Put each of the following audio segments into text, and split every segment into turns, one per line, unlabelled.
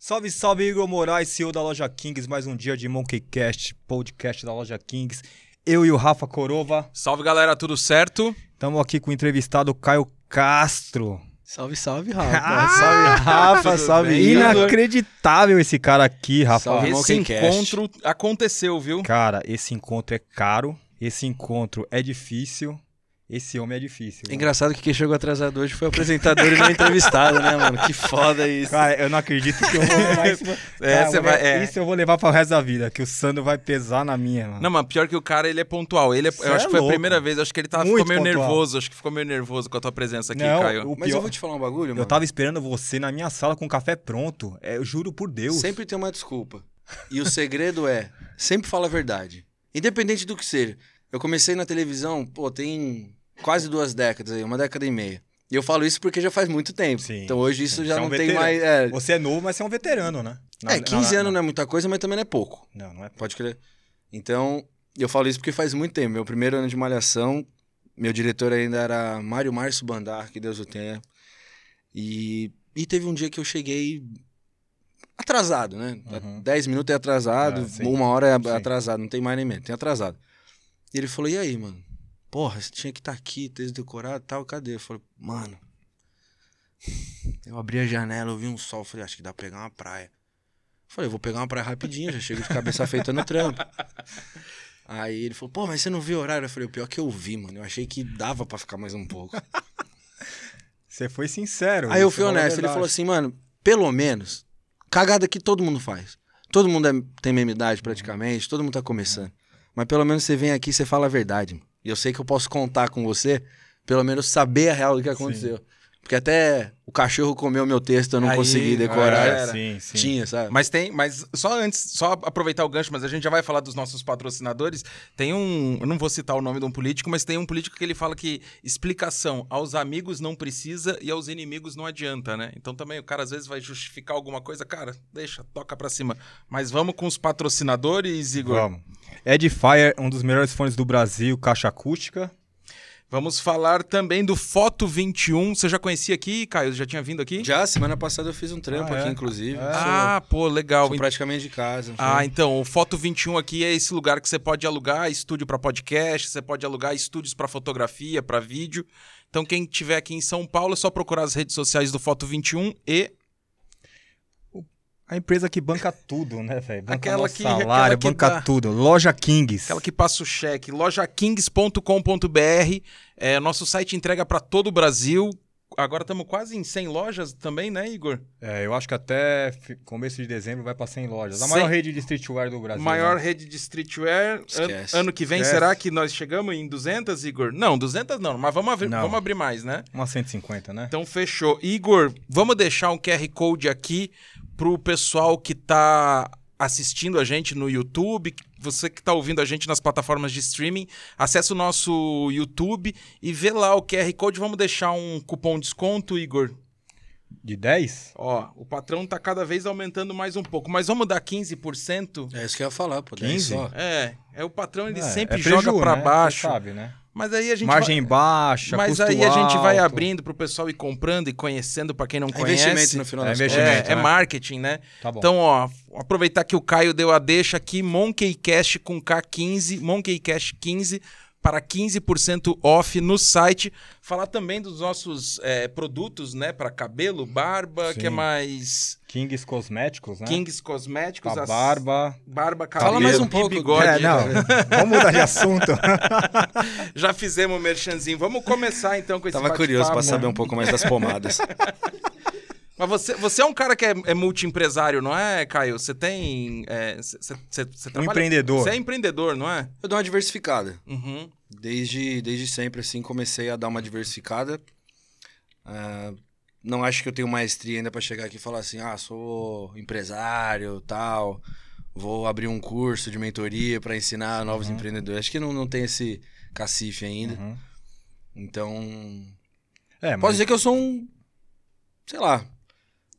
Salve, salve, Igor Moraes, CEO da Loja Kings, mais um dia de Monkeycast, podcast da Loja Kings. Eu e o Rafa Corova,
Salve galera, tudo certo?
estamos aqui com o entrevistado Caio Castro.
Salve, salve, Rafa.
Ah! salve, Rafa,
tudo
salve,
bem?
Inacreditável esse cara aqui, Rafa.
Salve, irmão,
Esse
quem quer?
encontro aconteceu, viu?
Cara, esse encontro é caro, esse encontro é difícil, esse homem é difícil.
É
mano.
Engraçado que quem chegou atrasado hoje foi o apresentador e não entrevistado, né, mano? Que foda isso.
Cara, eu não acredito que eu vou levar isso.
É,
Cara,
você
eu vou-
vai- é.
Isso eu vou levar pro resto da vida, que o Sandro vai pesar na minha, mano.
Não, mas pior que o cara, ele é pontual. Ele é-
Cê
eu acho
é
que foi
louco.
a primeira vez, acho que ele tava,
Muito
ficou meio
pontual.
nervoso, acho que ficou meio nervoso com a tua presença aqui,
Não,
Caio.
o
Mas
pior-
eu vou te falar um bagulho, mano.
Eu tava esperando você na minha sala com o café pronto. É, eu juro por Deus.
Sempre tem uma desculpa. E o segredo é, sempre fala a verdade. Independente do que seja. Eu comecei na televisão, pô, tem quase duas décadas aí, uma década e meia. E eu falo isso porque já faz muito tempo.
Sim.
então hoje isso
Sim,
já
você é
não
um
tem
veterano.
mais... É,
Você é novo, mas você é um veterano, né? Na-
é 15
na-
anos não é muita coisa, mas também não é pouco.
Não, não é.
Pode crer. Então, eu falo isso porque faz muito tempo. Meu primeiro ano de malhação, meu diretor ainda era Mário Márcio Bandar, que Deus o tenha. E, e teve um dia que eu cheguei atrasado, né?
Uhum.
10 minutos é atrasado,
Ah, sim.
uma hora é ab-
Sim.
atrasado, não tem mais nem menos, tem atrasado. E ele falou: e aí, mano? Porra, você tinha que estar aqui, texto decorado e tal, cadê? Eu falei, mano. Eu abri a janela, eu vi um sol, falei, acho que dá pra pegar uma praia. Falei, eu vou pegar uma praia rapidinho, já chego de cabeça feita no trampo. Aí ele falou, pô, mas você não viu o horário? Eu falei, o pior é que eu vi, mano. Eu achei que dava pra ficar mais um pouco.
Você foi sincero.
Aí eu
você
fui
falou a
honesto. Ele
verdade.
falou assim, mano, pelo menos, cagada que todo mundo faz. Todo mundo é- tem mesma idade praticamente, todo mundo tá começando. Mas pelo menos você vem aqui e você fala a verdade. mano. E eu sei que eu posso contar com você, pelo menos saber a real do que aconteceu. Porque até o cachorro comeu meu texto, eu não
Aí,
consegui
já
decorar.
era.
É, Sim, sim.
Tinha, sabe?
Mas tem, mas só antes, só aproveitar o gancho, mas a gente já vai falar dos nossos patrocinadores. Tem um, eu não vou citar o nome de um político, mas tem um político que ele fala que explicação aos amigos não precisa e aos inimigos não adianta, né? Então também o cara às vezes vai justificar alguma coisa, cara, deixa, toca pra cima. Mas vamos com os patrocinadores, Igor.
Vamos. Edifier, um dos melhores fones do Brasil, caixa acústica.
Vamos falar também do Foto 21. Você já conhecia aqui, Caio? Já tinha vindo aqui?
Já, semana passada eu fiz um trampo
Ah, é?
aqui, inclusive.
Ah,
Ah, pô,
sou,
legal.
sou né? praticamente de casa.
Ah, então, o Foto 21 aqui é esse lugar que você pode alugar estúdio para podcast, você pode alugar estúdios para fotografia, para vídeo. Então, quem tiver aqui em São Paulo, é só procurar as redes sociais do Foto 21 e
A empresa que banca tudo, né, velho? Banca
Aquela
nosso
que-
salário,
aquela que
banca
dá-
tudo. Loja Kings.
aquela que passa o cheque, lojakings.com.br. É, nosso site entrega para todo o Brasil. Agora estamos quase em 100 lojas também, né, Igor?
É, eu acho que até fi- começo de dezembro vai pra 100 lojas. A
Cem-
maior rede de streetwear do Brasil.
Maior
né?
rede de streetwear. An-
Esquece.
ano que vem,
Esquece.
será que nós chegamos em 200, Igor? Não, 200 não, mas vamos abrir,
Não.
Vamos abrir mais, né?
Uma 150, né?
Então fechou. Igor, vamos deixar um QR Code aqui pro pessoal que tá assistindo a gente no YouTube, você que tá ouvindo a gente nas plataformas de streaming, acessa o nosso YouTube e vê lá o QR Code. Vamos deixar um cupom de desconto, Igor?
De 10?
Ó, o patrão tá cada vez aumentando mais um pouco, mas vamos dar 15%?
É isso que eu ia falar, pô. daí
15?
só.
É, é o patrão, ele
É,
sempre
é
joga
preju,
pra
né? Você
baixo.
sabe, né?
Mas aí a gente
Margem
vai...
baixa,
Mas
custo
aí a gente vai
alto.
abrindo pro pessoal ir comprando e conhecendo, pra quem não
É
conhece.
investimento no final
É
das
investimento.
É, é
né?
marketing, né?
Tá bom.
Então, ó, aproveitar que o Caio deu a deixa aqui, Monkeycast com K15, Monkeycast 15 para 15% off no site. Falar também dos nossos é, produtos, né, para cabelo, barba,
Sim.
que é mais
Kings Cosméticos, né?
Kings Cosméticos,
Pra
as-
barba.
barba, cabelo,
Fala mais um
e
pouco.
bigode. né?
É, não. Vamos mudar de assunto.
Já fizemos o merchanzinho. Vamos começar então com esse
Tava curioso pra
bate-papo. né?
saber um pouco mais das pomadas.
Mas você, você é um cara que é, é multiempresário, não é, Caio? Você tem. é, Você você- você
Um
trabalha-
empreendedor.
Você é empreendedor, não é?
Eu dou uma diversificada.
Uhum.
Desde, desde sempre, assim, comecei a dar uma diversificada. Ah, não acho que eu tenho maestria ainda pra chegar aqui e falar assim, ah, sou empresário, tal, vou abrir um curso de mentoria pra ensinar novos
Uhum.
empreendedores. Acho que não, não tem esse cacife ainda.
Uhum.
Então,
É, mas
posso dizer que eu sou um, sei lá,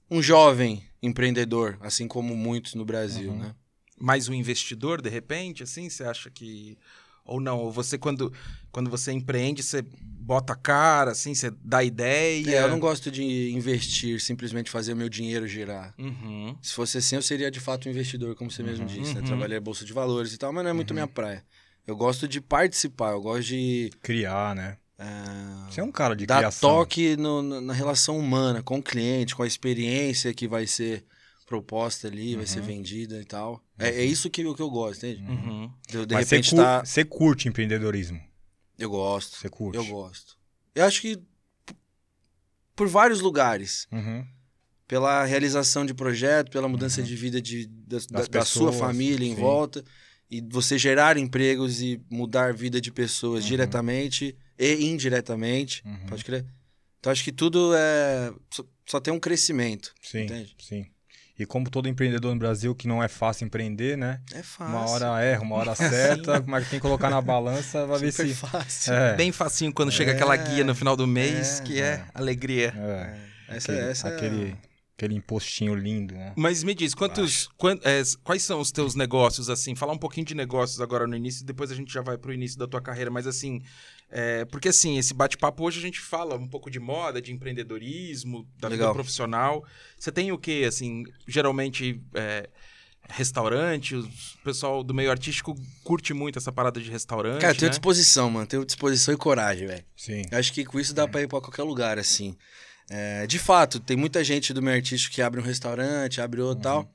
um jovem empreendedor, assim como muitos no Brasil,
Uhum.
né?
mais um investidor de repente assim você acha que ou não ou você quando quando você empreende você bota a cara, assim, você dá ideia.
É, eu não gosto de investir, simplesmente fazer meu dinheiro girar.
Uhum.
Se fosse assim, eu seria de fato um investidor, como você mesmo
Uhum.
disse. Né?
Uhum.
Trabalhei em bolsa de valores e tal, mas não é
Uhum.
muito minha praia. Eu gosto de participar, eu gosto de
Criar, né?
ah,
Você é um cara de
dar
criação.
toque no- na- na relação humana com o cliente, com a experiência que vai ser proposta ali, vai ser
Uhum.
vendida e tal. É, é isso que, que eu gosto, entende?
Uhum.
De, eu, de
Mas
repente
você, cur-
tá...
você curte empreendedorismo.
Eu gosto.
Você curte.
Eu gosto. Eu acho que p- por vários lugares.
Uhum.
Pela realização de projeto, pela mudança de vida de, da, da- da sua
pessoas,
família em
sim.
volta. E você gerar empregos e mudar a vida de pessoas
Uhum.
diretamente e indiretamente.
Uhum.
Pode crer? Então acho que tudo é. Só, só tem um crescimento.
Sim,
Entende?
sim. E como todo empreendedor no Brasil, que não é fácil empreender, né?
É fácil.
Uma hora erra, uma hora acerta, mas tem que colocar na balança, vai ver
Super
se...
fácil.
É,
Bem facinho quando chega aquela guia no final do mês,
é,
que é, alegria.
é.
Essa,
aquele,
essa é-
aquele, aquele impostinho lindo, né?
Mas me diz, quantos, quan- é, s- quais são os teus negócios, assim? Falar um pouquinho de negócios agora no início, depois a gente já vai pro início da tua carreira, mas assim. é, porque assim, esse bate-papo hoje a gente fala um pouco de moda, de empreendedorismo, da vida
Legal.
profissional. Você tem o que, assim, geralmente é, restaurante, os- o pessoal do meio artístico curte muito essa parada de restaurante.
Cara, eu
um
tenho
né?
disposição, mano. Tenho disposição e coragem, velho.
Sim.
Eu Acho que com isso dá pra ir pra qualquer lugar, assim. É, de fato, tem muita gente do meu artístico que abre um restaurante, abre outro e tal.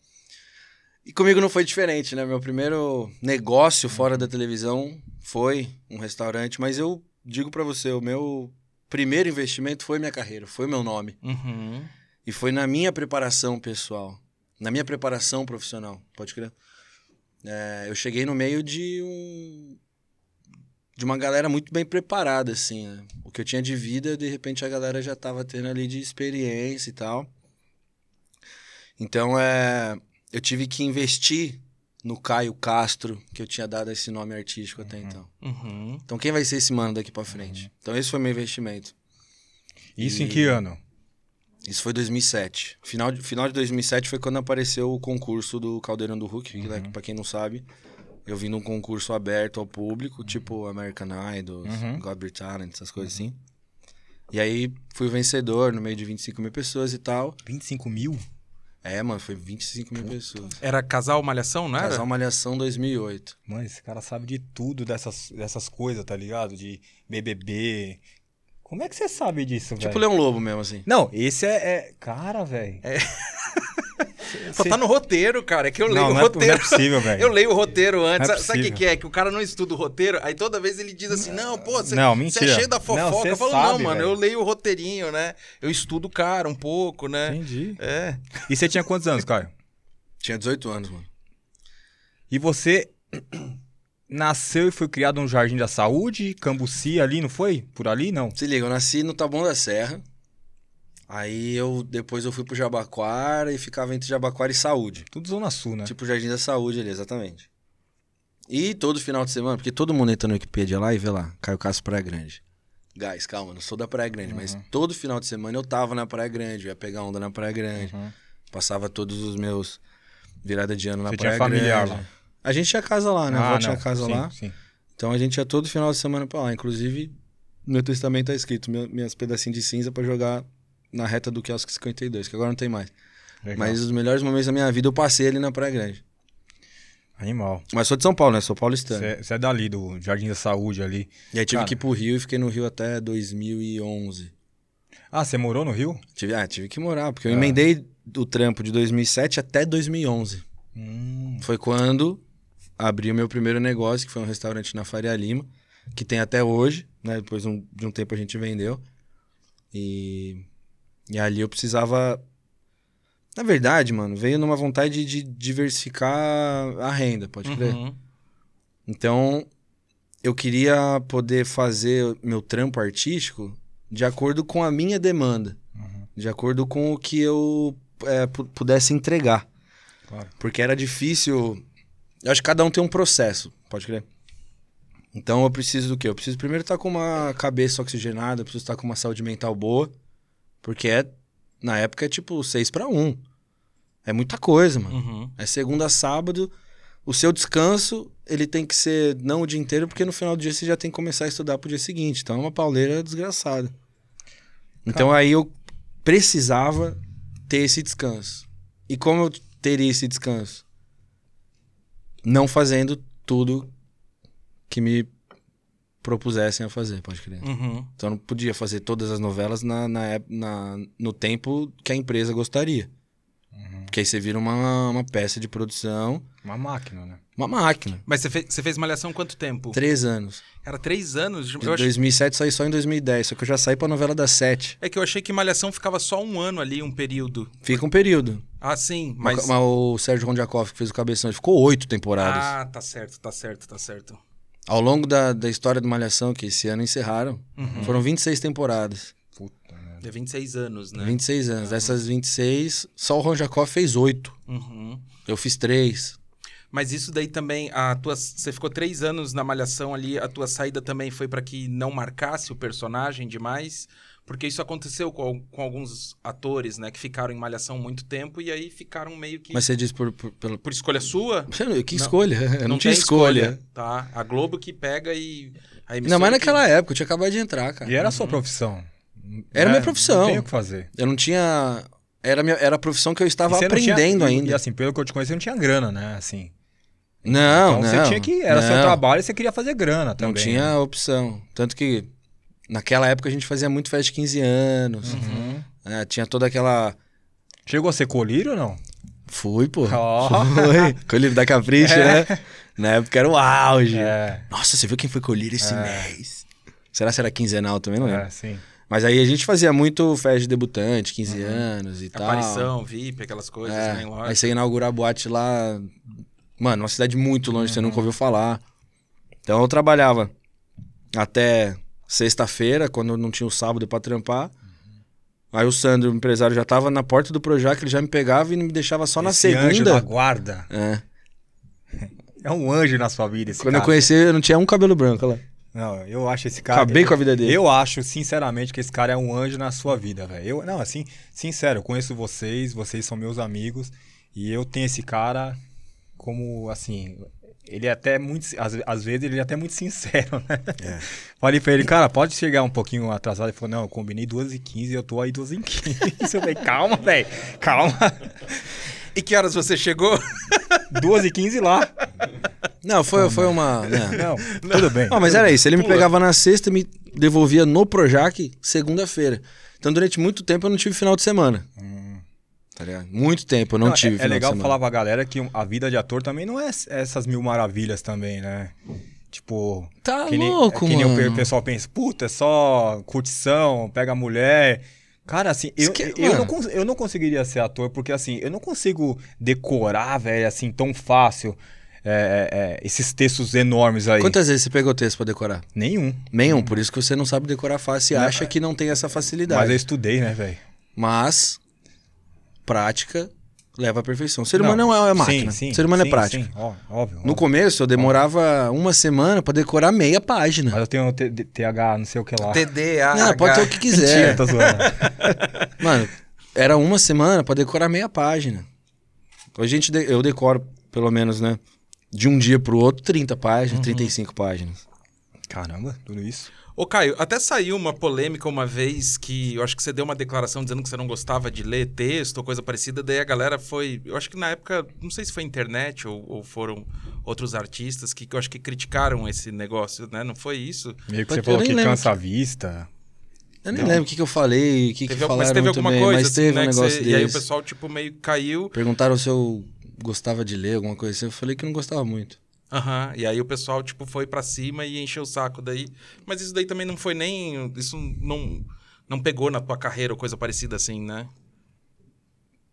E comigo não foi diferente, né? Meu primeiro negócio fora da televisão foi um restaurante, mas eu digo pra você, o meu primeiro investimento foi minha carreira, foi meu nome.
Uhum.
E foi na minha preparação pessoal, na minha preparação profissional, pode crer. É, eu cheguei no meio de um de uma galera muito bem preparada, assim. né? O que eu tinha de vida, de repente a galera já tava tendo ali de experiência e tal. Então, é, eu tive que investir no Caio Castro, que eu tinha dado esse nome artístico até então.
Uhum.
Então, quem vai ser esse mano daqui pra frente? Então, esse foi meu investimento.
Isso em
E-
que ano?
Isso foi 2007. Final de, final de 2007 foi quando apareceu o concurso do Caldeirão do Hulk, que, né, pra quem não sabe, eu vim num concurso aberto ao público, tipo American Idol,
Uhum.
God Be Talent, essas coisas assim. E aí fui vencedor no meio de 25 mil pessoas e tal.
25 mil?
É, mano, foi 25 mil pessoas.
Era casal malhação, não era?
Casal Malhação 2008.
Mano, esse cara sabe de tudo dessas, dessas coisas, tá ligado? De BBB. Como é que você sabe disso, velho?
Tipo Leão Lobo mesmo, assim.
Não, esse é... é- Cara, velho.
É,
Só tá no roteiro, cara. É que eu leio
Não,
o
não é, não
roteiro.
é possível, velho.
Eu leio o roteiro antes.
Não é
Sabe- Sabe o que,
possível.
que é? Que o cara não estuda o roteiro, aí toda vez ele diz assim: não, pô, você
Não,
você
mentira.
é cheio da
Não,
fofoca.
você
eu falo, não,
sabe,
mano,
velho."
eu leio o roteirinho, né? Eu estudo o cara um pouco, né?
Entendi.
É.
E você tinha quantos anos, Caio?
Tinha 18 anos, mano.
E você nasceu e foi criado no Jardim da Saúde, Cambuci ali, não foi? Por ali, não?
Se liga, eu nasci no Taboão da Serra. Aí eu depois eu fui pro Jabaquara e ficava entre Jabaquara e Saúde.
Tudo Zona Sul, né?
Tipo Jardim da Saúde ali, exatamente. E todo final de semana, porque todo mundo entra no Wikipedia lá e vê lá, Caio Castro Praia Grande. Guys, calma, não sou da Praia Grande,
Uhum.
mas todo final de semana eu tava na Praia Grande, eu ia pegar onda na Praia Grande.
Uhum.
Passava todos os meus virada de ano na
Você tinha
Praia
familiar
Grande.
lá. Ah,
A gente tinha casa lá, né? A avó tinha
não.
casa
Sim,
lá.
Sim.
Então a gente ia todo final de semana pra lá. Inclusive, no meu testamento tá escrito meu- minhas pedacinhos de cinza pra jogar na reta do quiosque 52, que agora não tem mais.
Legal.
Mas os melhores momentos da minha vida eu passei ali na Praia Grande.
Animal.
Mas sou de São Paulo, né? Sou paulistano.
Você você é dali, do Jardim da Saúde ali.
E aí tive
Cara.
que ir pro Rio e fiquei no Rio até 2011.
Ah, você morou no Rio?
Tive, ah, tive que morar, porque eu
Ah.
emendei o trampo de 2007 até 2011.
Hum.
Foi quando abri o meu primeiro negócio, que foi um restaurante na Faria Lima, que tem até hoje, né? Depois um- de um tempo a gente vendeu. E, e ali eu precisava... Na verdade, mano, veio numa vontade de diversificar a renda, pode crer.
Uhum.
Então, eu queria poder fazer meu trampo artístico de acordo com a minha demanda, de acordo com o que eu é, pu- pudesse entregar.
Claro.
Porque era difícil. Eu acho que cada um tem um processo, pode crer. Então eu preciso do quê? Eu preciso primeiro estar com uma cabeça oxigenada, eu preciso estar com uma saúde mental boa, porque é, na época um. é tipo 6 para 1. É muita coisa, mano.
Uhum.
É segunda a sábado, O seu descanso, ele tem que ser não o dia inteiro, porque no final do dia você já tem que começar a estudar pro dia seguinte. Então é uma pauleira desgraçada. Então aí eu precisava ter esse descanso. E como eu teria esse descanso? Não fazendo tudo que me propusessem a fazer, pode crer.
Uhum.
Então eu não podia fazer todas as novelas na, na, ép- na- no tempo que a empresa gostaria.
Uhum.
Porque aí você vira uma, uma peça de produção,
Uma máquina, né?
uma máquina.
Mas você fez, você fez malhação quanto tempo?
Três anos.
Era três anos?
De
Eu achei-
2007 saí só em 2010, só que eu já saí pra novela das sete.
É que eu achei que malhação ficava só um ano ali, um período.
Fica um período.
Ah, sim,
Mas,
mas.
o Sérgio Rondiakov que fez o Cabeção, ele ficou oito temporadas.
Ah, tá certo, tá certo, tá certo.
Ao longo da, da história do Malhação, que esse ano encerraram,
Uhum.
foram 26 temporadas.
Puta, né?
É 26 anos, né?
26 anos. Dessas 26, só o Rondiakov fez oito.
Uhum.
Eu fiz três.
Mas isso daí também, a tua, você ficou três anos na malhação ali, a tua saída também foi pra que não marcasse o personagem demais, porque isso aconteceu com, al- com alguns atores, né, que ficaram em malhação muito tempo e aí ficaram meio que
Mas você diz por, por, pela-
por escolha sua.
Você não- Que
Não.
escolha? Eu não, tinha
tem
escolha.
tá? A Globo que pega e a
Ainda mais
é
emissora que-
naquela época, eu tinha acabado de entrar, cara.
E era a sua profissão.
Uhum. Era
né?
minha profissão.
Não tem o que fazer.
Eu não tinha. Era, minha... era a profissão que eu
E
estava
você não tinha-
aprendendo
e-
ainda.
E assim, pelo que eu te conheço, você não tinha grana, né? Assim.
Não,
então
não.
você tinha que. Era seu
não.
trabalho e você queria fazer grana
Não
também. né?
tinha opção. Tanto que naquela época a gente fazia muito festa de 15 anos.
Uhum.
né? Tinha toda aquela.
Chegou a ser colírio ou não?
Fui, pô.
Ó.
Foi. Colírio da Capricho, né? Na época era o auge.
É.
Nossa, você viu quem foi colírio esse mês? Será que era quinzenal também? Não lembro.
É, sim.
Mas aí a gente fazia muito festa de debutante, 15
Uhum.
anos e tal.
Aparição, VIP, aquelas coisas,
É,
né, em loja.
Aí você ia inaugurar a boate lá. Mano, uma cidade muito longe, você nunca ouviu falar. Então eu trabalhava até sexta-feira, quando não tinha o sábado pra trampar. Aí o Sandro, o empresário, já tava na porta do Projac, ele já me pegava e me deixava só na
Esse anjo
segunda.
da guarda.
É.
É um anjo na sua vida esse
Quando eu
cara.
conheci, eu não tinha um cabelo branco lá.
Não, eu acho esse cara.
Acabei com a vida dele.
Eu acho, sinceramente, que esse cara é um anjo na sua vida, velho. Eu, não, assim, sincero, eu conheço vocês, vocês são meus amigos, e eu tenho esse cara como, assim, ele é até muito, às, às vezes ele é até muito sincero, né?
É.
Falei pra ele, cara, pode chegar um pouquinho atrasado. Ele falou, não, eu combinei 2h15, eu tô aí 2h15. Eu falei, calma, velho, calma.
E que horas você chegou?
2h15 lá.
Não, foi, foi uma. né.
Não, tudo bem.
Não, mas era isso. Ele me
Pula.
pegava na sexta e me devolvia no Projac segunda-feira. Então, durante muito tempo, eu não tive final de semana. Tá ligado? Muito tempo eu não,
Hum. é-
tive
É,
final
legal
de semana.
falar pra galera que a vida de ator também não é s- essas mil maravilhas também, né? Tipo.
Tá
que nem,
louco,
é que nem o pe- o
mano.
pessoal pensa, puta, é só curtição, pega mulher. Cara, assim, eu,
Esque-
eu,
mano.
não, cons- eu não conseguiria ser ator, porque assim, eu não consigo decorar, velho, assim, tão fácil é, é, é, esses textos enormes aí.
Quantas vezes você pegou texto pra decorar?
Nenhum.
Nenhum, por isso que você não sabe decorar fácil e
Não,
acha que não tem essa
Mas
facilidade.
eu
Mas,
estudei, né, velho?
prática leva à perfeição. O ser humano não, é máquina.
Sim, sim,
o ser humano
sim,
é prática.
Sim, ó- óbvio.
No
óbvio.
começo, eu demorava uma semana pra decorar meia
Mas
página.
eu tenho T- TH, não sei o que lá.
TDA.
Não, pode ter o que
Mentira,
quiser.
tô zoando.
Mano, era uma semana pra decorar meia página. Hoje a gente de- eu decoro, pelo menos, né? De um dia pro outro, 30
Uhum.
páginas, 35 páginas.
Caramba, tudo isso.
Ô, Caio, até saiu uma polêmica uma vez que eu acho que você deu uma declaração dizendo que você não gostava de ler texto ou coisa parecida, daí a galera foi. Eu acho que na época, não sei se foi internet ou, ou foram outros artistas que, que eu acho que criticaram esse negócio, né? Não foi isso?
Meio que
Pode-
você
eu
falou
nem
que
lembro
cansa a vista.
Eu nem
Não.
lembro o que, que eu falei, o que, que
Teve
falaram
alguma- mas teve alguma
também,
coisa,
mas
assim,
teve
né,
um
que
negócio
você-
desse.
E aí o pessoal, tipo, meio caiu.
Perguntaram se eu gostava de ler alguma coisa assim, eu falei que não gostava muito.
Aham. E aí o pessoal, tipo, foi pra cima e encheu o saco daí. Mas isso daí também não foi nem. Isso não, não pegou na tua carreira ou coisa parecida assim, né?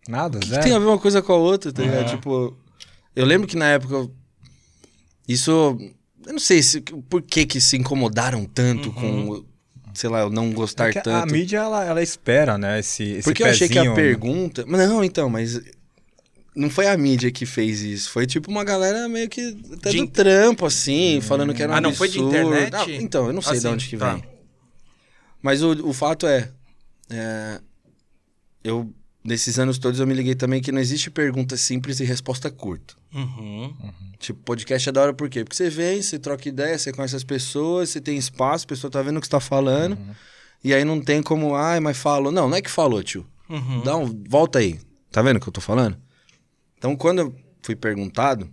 Nada,
O que, que
zero.
tem a ver uma coisa com a outra, tá ligado?
É.
Tipo, eu lembro que na época. eu- Isso. Eu não sei se, por que que se incomodaram tanto
Uhum.
com, sei lá, eu não gostar
É que a
tanto.
mídia, ela, ela espera, né? Esse, esse
Porque eu achei que a
pezinho, né?
pergunta. Mas Não, então, mas. Não foi a mídia que fez isso. Foi tipo uma galera meio que. Até
De
do
in-
trampo, assim,
Hum.
falando que era um
Ah, não, foi de
absurdo.
internet?
Ah, então, eu não sei
Ah,
de
sim,
onde que
tá.
vem. Mas o, o fato é, é, Eu nesses anos todos eu me liguei também que não existe pergunta simples e resposta curta.
Uhum.
Tipo, podcast é da hora por quê? Porque você vem, você troca ideia, você conhece as pessoas, você tem espaço, a pessoa tá vendo o que você tá falando.
Uhum.
E aí não tem como, ai, mas falou. Não, não é que falou, tio.
Uhum.
Dá um, volta aí. Tá vendo o que eu tô falando? Então, quando eu fui perguntado,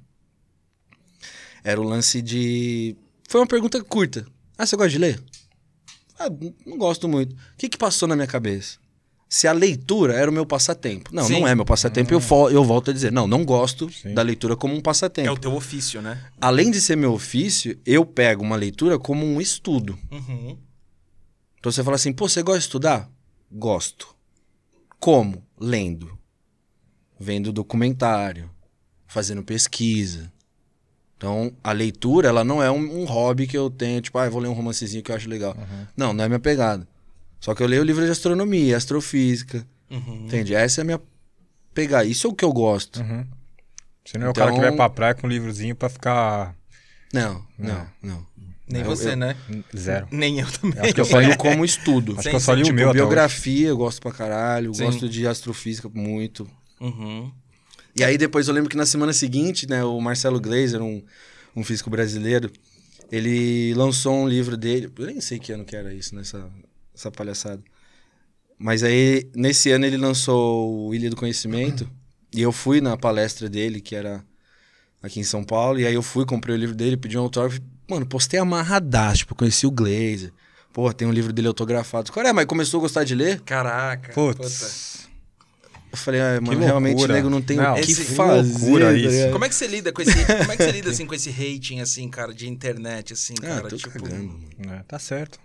era o lance de. Foi uma pergunta curta. Ah, você gosta de ler? Ah, n- não gosto muito. O que, que passou na minha cabeça? Se a leitura era o meu passatempo. Não,
Sim.
não é meu passatempo. Eu, fo- eu volto a dizer, não, não gosto
Sim.
da leitura como um passatempo.
É o teu ofício, né?
Além de ser meu ofício, eu pego uma leitura como um estudo.
Uhum.
Então você fala assim, pô, você gosta de estudar? Gosto. Como? Lendo. Vendo documentário. Fazendo pesquisa. Então, a leitura, ela não é um, um hobby que eu tenho, tipo, ah, eu vou ler um romancezinho que eu acho legal.
Uhum.
Não, não é minha pegada. Só que eu leio livro de astronomia, astrofísica.
Uhum.
Entende? Essa é a minha pegada. Isso é o que eu gosto.
Uhum. Você não é o cara que
Então-
vai pra praia com um livrozinho pra ficar Uhum.
Não, não, não.
Nem
Eu-
você,
eu-
né?
zero.
Nem eu também.
Acho que eu
Eu só leio como estudo.
Acho
Sim,
que eu só
sim,
li o
Tipo,
meu até hoje.
biografia, eu gosto pra caralho.
Sim.
Gosto de astrofísica muito.
Uhum.
E aí depois eu lembro que na semana seguinte, né, o Marcelo Glazer, um, um físico brasileiro, ele lançou um livro dele. Eu nem sei que ano que era isso, nessa essa palhaçada. Mas aí, nesse ano, ele lançou o Ilha do Conhecimento. E eu fui na palestra dele, que era aqui em São Paulo. E aí eu fui, comprei o livro dele, pedi um autógrafo. Mano, postei amarradaço, tipo, conheci o Glazer. Pô, tem um livro dele autografado. Cara, mas começou a gostar de ler?
Caraca. puta.
Putz.
Eu falei, ah, mano,
loucura.
realmente, nego, não tem
Não,
o que
esse-
fazer.
loucura
tá
isso.
ligado?
Como é que você lida com esse, como é que você lida assim com esse hating assim, cara, de internet assim,
Ah,
cara,
tô
tipo,
cagando, mano.
É, tá certo.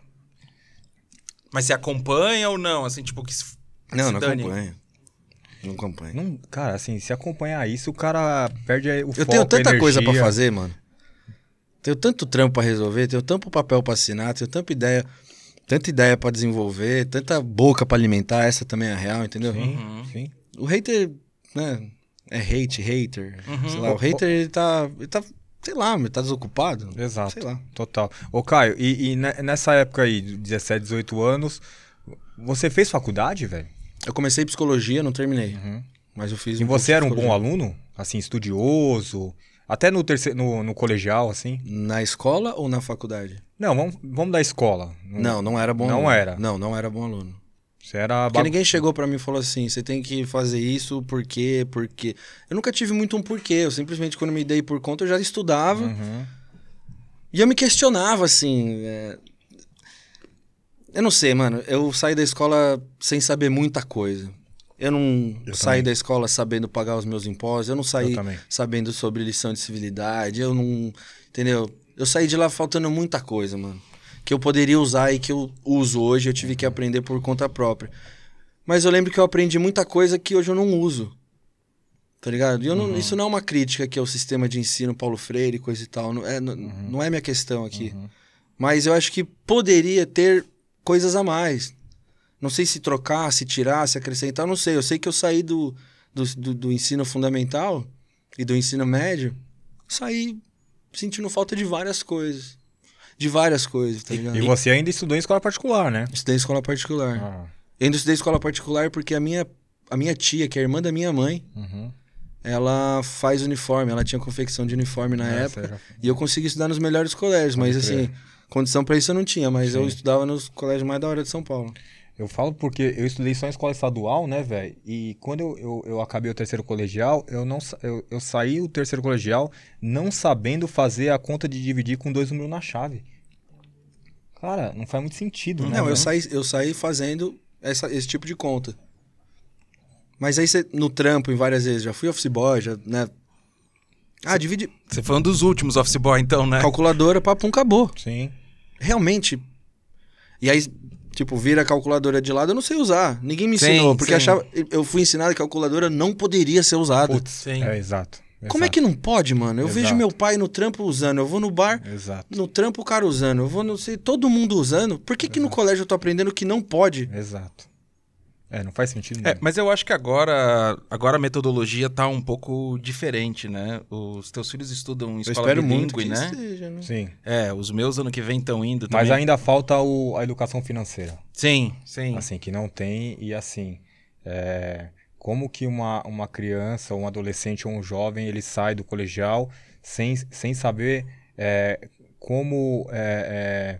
mas você acompanha ou não, assim, tipo que se-
Não,
se
não
dane.
acompanha. Não acompanha.
Não, cara, assim, se acompanhar isso, o cara perde o
Eu
foco,
tenho tanta
a
coisa pra
energia.
fazer, mano. Tenho tanto trampo pra resolver, tenho tanto papel pra assinar, tenho tanta ideia, tanta ideia para desenvolver, tanta boca pra alimentar, essa também é a real, entendeu?
Sim,
Uhum.
sim.
O hater, né, é hate, hater,
Uhum.
sei lá, o hater ele tá, ele tá, sei lá, ele tá desocupado,
Exato.
sei lá.
Total. Ô, Caio, e, e ne- nessa época aí, de 17, 18 anos, você fez faculdade, velho?
Eu comecei psicologia, não terminei, mas eu fiz
Uhum. E
um curso
você
de
era um bom
psicologia.
aluno? Assim, estudioso? Até no, terceiro, no, no colegial, assim?
Na escola ou na faculdade?
Não, vamos, vamos da escola.
Não, não era bom
Não
aluno.
era.
Não, não era bom aluno.
Você era...
Porque
Ba...
ninguém chegou pra mim e falou assim, você tem que fazer isso, por quê, por quê. Eu nunca tive muito um porquê, eu simplesmente quando me dei por conta eu já estudava
Uhum.
e eu me questionava assim, é, eu não sei, mano, eu saí da escola sem saber muita coisa. Eu não
Eu
saí
também.
da escola sabendo pagar os meus impostos, eu não
Eu
saí
também.
sabendo sobre lição de civilidade, eu não, entendeu? Eu saí de lá faltando muita coisa, mano, que eu poderia usar e que eu uso hoje, eu tive que aprender por conta própria. Mas eu lembro que eu aprendi muita coisa que hoje eu não uso. Tá ligado? E eu não-
Uhum.
isso não é uma crítica que é o sistema de ensino Paulo Freire, coisa e tal. Não é, não,
Uhum.
não é minha questão aqui. Mas eu acho que poderia ter coisas a mais. Não sei se trocar, se tirar, se acrescentar, não sei. Eu sei que eu saí do, do, do- do ensino fundamental e do ensino médio, saí sentindo falta de várias coisas. De várias coisas, tá ligado?
E você ainda estudou em escola particular, né?
Estudei em escola particular.
Ah,
Eu ainda estudei escola particular porque a minha, a minha tia, que é a irmã da minha mãe,
uhum.
ela faz uniforme, ela tinha confecção de uniforme na
É,
época.
você já-
E eu consegui estudar nos melhores colégios, mas
Pode crer.
assim, condição pra isso eu não tinha, mas eu
Sim.
estudava nos colégios mais da hora de São Paulo.
Eu falo porque eu estudei só em escola estadual, né, velho? E quando eu, eu, eu acabei o terceiro colegial, eu não sa- eu, eu saí o terceiro colegial não sabendo fazer a conta de dividir com dois números na chave. Cara, não faz muito sentido, né?
Não, eu
velho?
saí, eu saí fazendo essa- esse tipo de conta. Mas aí você, no trampo, em várias vezes, já fui office boy, já, né? Ah, divide.
Você foi um dos últimos office boy então, né?
Calculadora, papo, um acabou.
Sim.
realmente. E aí, tipo, vira a calculadora de lado, eu não sei usar. Ninguém me
Sim,
ensinou, porque
sim.
achava. Eu fui ensinado que a calculadora não poderia ser usada.
Putz,
Sim.
é exato.
Como é que não pode, mano? Eu vejo
Exato.
meu pai no trampo usando, eu vou no bar,
Exato.
no trampo o cara usando, eu vou, não sei, todo mundo usando. Por que, que no colégio eu tô aprendendo que não pode?
Exato. É, não faz sentido
É,
nenhum.
mas eu acho que agora, agora a metodologia tá um pouco diferente, né? Os teus filhos estudam em
Eu
escola
espero muito
bilíngue,
que
né?
esteja, né?
Sim.
É, os meus ano que vem estão indo também.
Mas ainda falta o- a educação financeira.
Sim, sim.
assim que não tem e assim é, Como que uma, uma criança, um adolescente ou um jovem, ele sai do colegial sem, sem saber é, como é, é,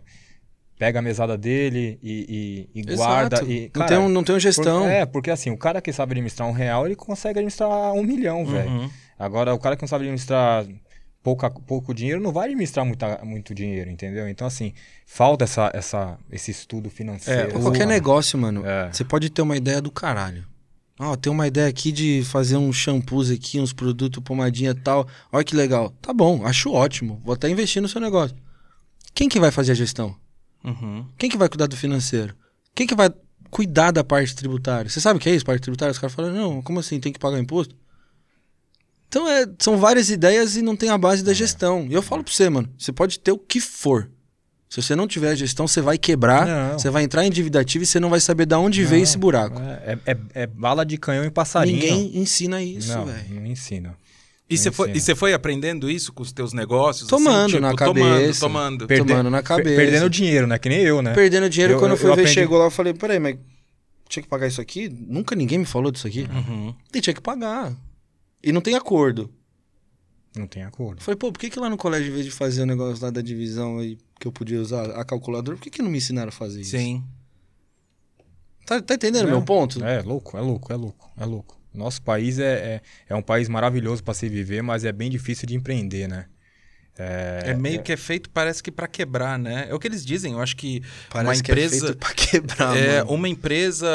pega a mesada dele e, e- e guarda.
Exato.
E,
não,
cara,
tem um, não tem uma
por-
gestão.
É, porque assim, o cara que sabe administrar um real, ele consegue administrar um milhão, velho.
Uhum.
Agora, o cara que não sabe administrar pouca, pouco dinheiro não vai administrar muita, muito dinheiro, entendeu? Então, assim, falta essa, essa, esse estudo
É,
financeiro.
Pra qualquer
sabe?
negócio, mano.
É.
Você pode ter uma ideia do caralho. Ó, tem uma ideia aqui de fazer uns shampoos aqui, uns produtos, pomadinha e tal. Olha que legal. Tá bom, acho ótimo. Vou até investir no seu negócio. Quem que vai fazer a gestão?
Uhum.
Quem que vai cuidar do financeiro? Quem que vai cuidar da parte tributária? Você sabe o que é isso, parte tributária? Os caras falam, não, como assim? Tem que pagar imposto? Então, é, são várias ideias e não tem a base
É.
da gestão. E eu falo pra você, mano, você pode ter o que for. Se você não tiver a gestão, você vai quebrar,
Não.
você vai entrar em dívida ativa e você não vai saber de onde veio
Não,
esse buraco.
É, é- é bala de canhão e passarinho.
Ninguém ensina isso,
não,
velho.
não ensina.
E você
Não
foi,
ensina.
e você foi aprendendo isso com os teus negócios? assim? Tipo,
Tomando na cabeça.
Tomando, tomando.
Per- Tomando na
per-
cabeça.
Perdendo dinheiro, né? Que nem eu, né?
Perdendo dinheiro,
Eu-
quando
eu-
eu fui
eu
ver,
aprendi-
chegou lá, eu falei, peraí, mas tinha que pagar isso aqui? Nunca ninguém me falou disso aqui.
Uhum.
E tinha que pagar. E não tem acordo.
Não tem acordo.
Eu Falei, pô, por que, que lá no colégio, em vez de fazer o negócio lá da divisão aí, que eu podia usar a calculadora, por que, que não me ensinaram a fazer isso?
Sim.
Tá, tá entendendo
Não.
meu ponto?
É, louco, é louco, é louco, é louco. Nosso país é, é, é um país maravilhoso pra se viver, mas é bem difícil de empreender, né?
É, meio que é feito, parece que pra quebrar, né? É o que eles dizem. Eu acho que
Parece
uma
que
empresa.
é feito pra quebrar,
É,
um
mano.
uma empresa,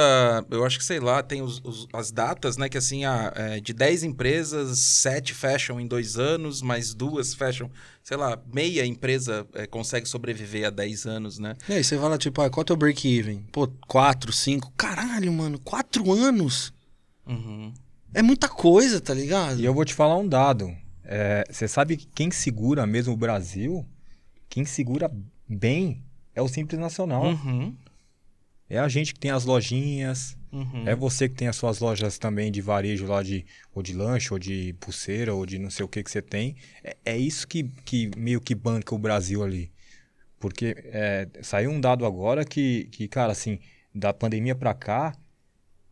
eu acho que sei lá, tem os- os- as datas, né? Que assim, ah, é, de 10 empresas, 7 fecham em dois anos, mais duas fecham, sei lá, meia empresa é, consegue sobreviver a 10 anos, né?
E aí você fala, tipo, ah, qual é o teu break-even? Pô, quatro, cinco. Caralho, mano, quatro anos?
Uhum.
É muita coisa, tá ligado?
E eu vou te falar um dado. É, Você sabe que quem segura mesmo o Brasil? Quem segura bem é o Simples Nacional.
Uhum.
É a gente que tem as lojinhas.
Uhum.
É você que tem as suas lojas também de varejo lá de ou de lanche, ou de pulseira, ou de não sei o que que você tem. É, é isso que, que meio que banca o Brasil ali. Porque é, saiu um dado agora que, que, cara, assim, da pandemia pra cá,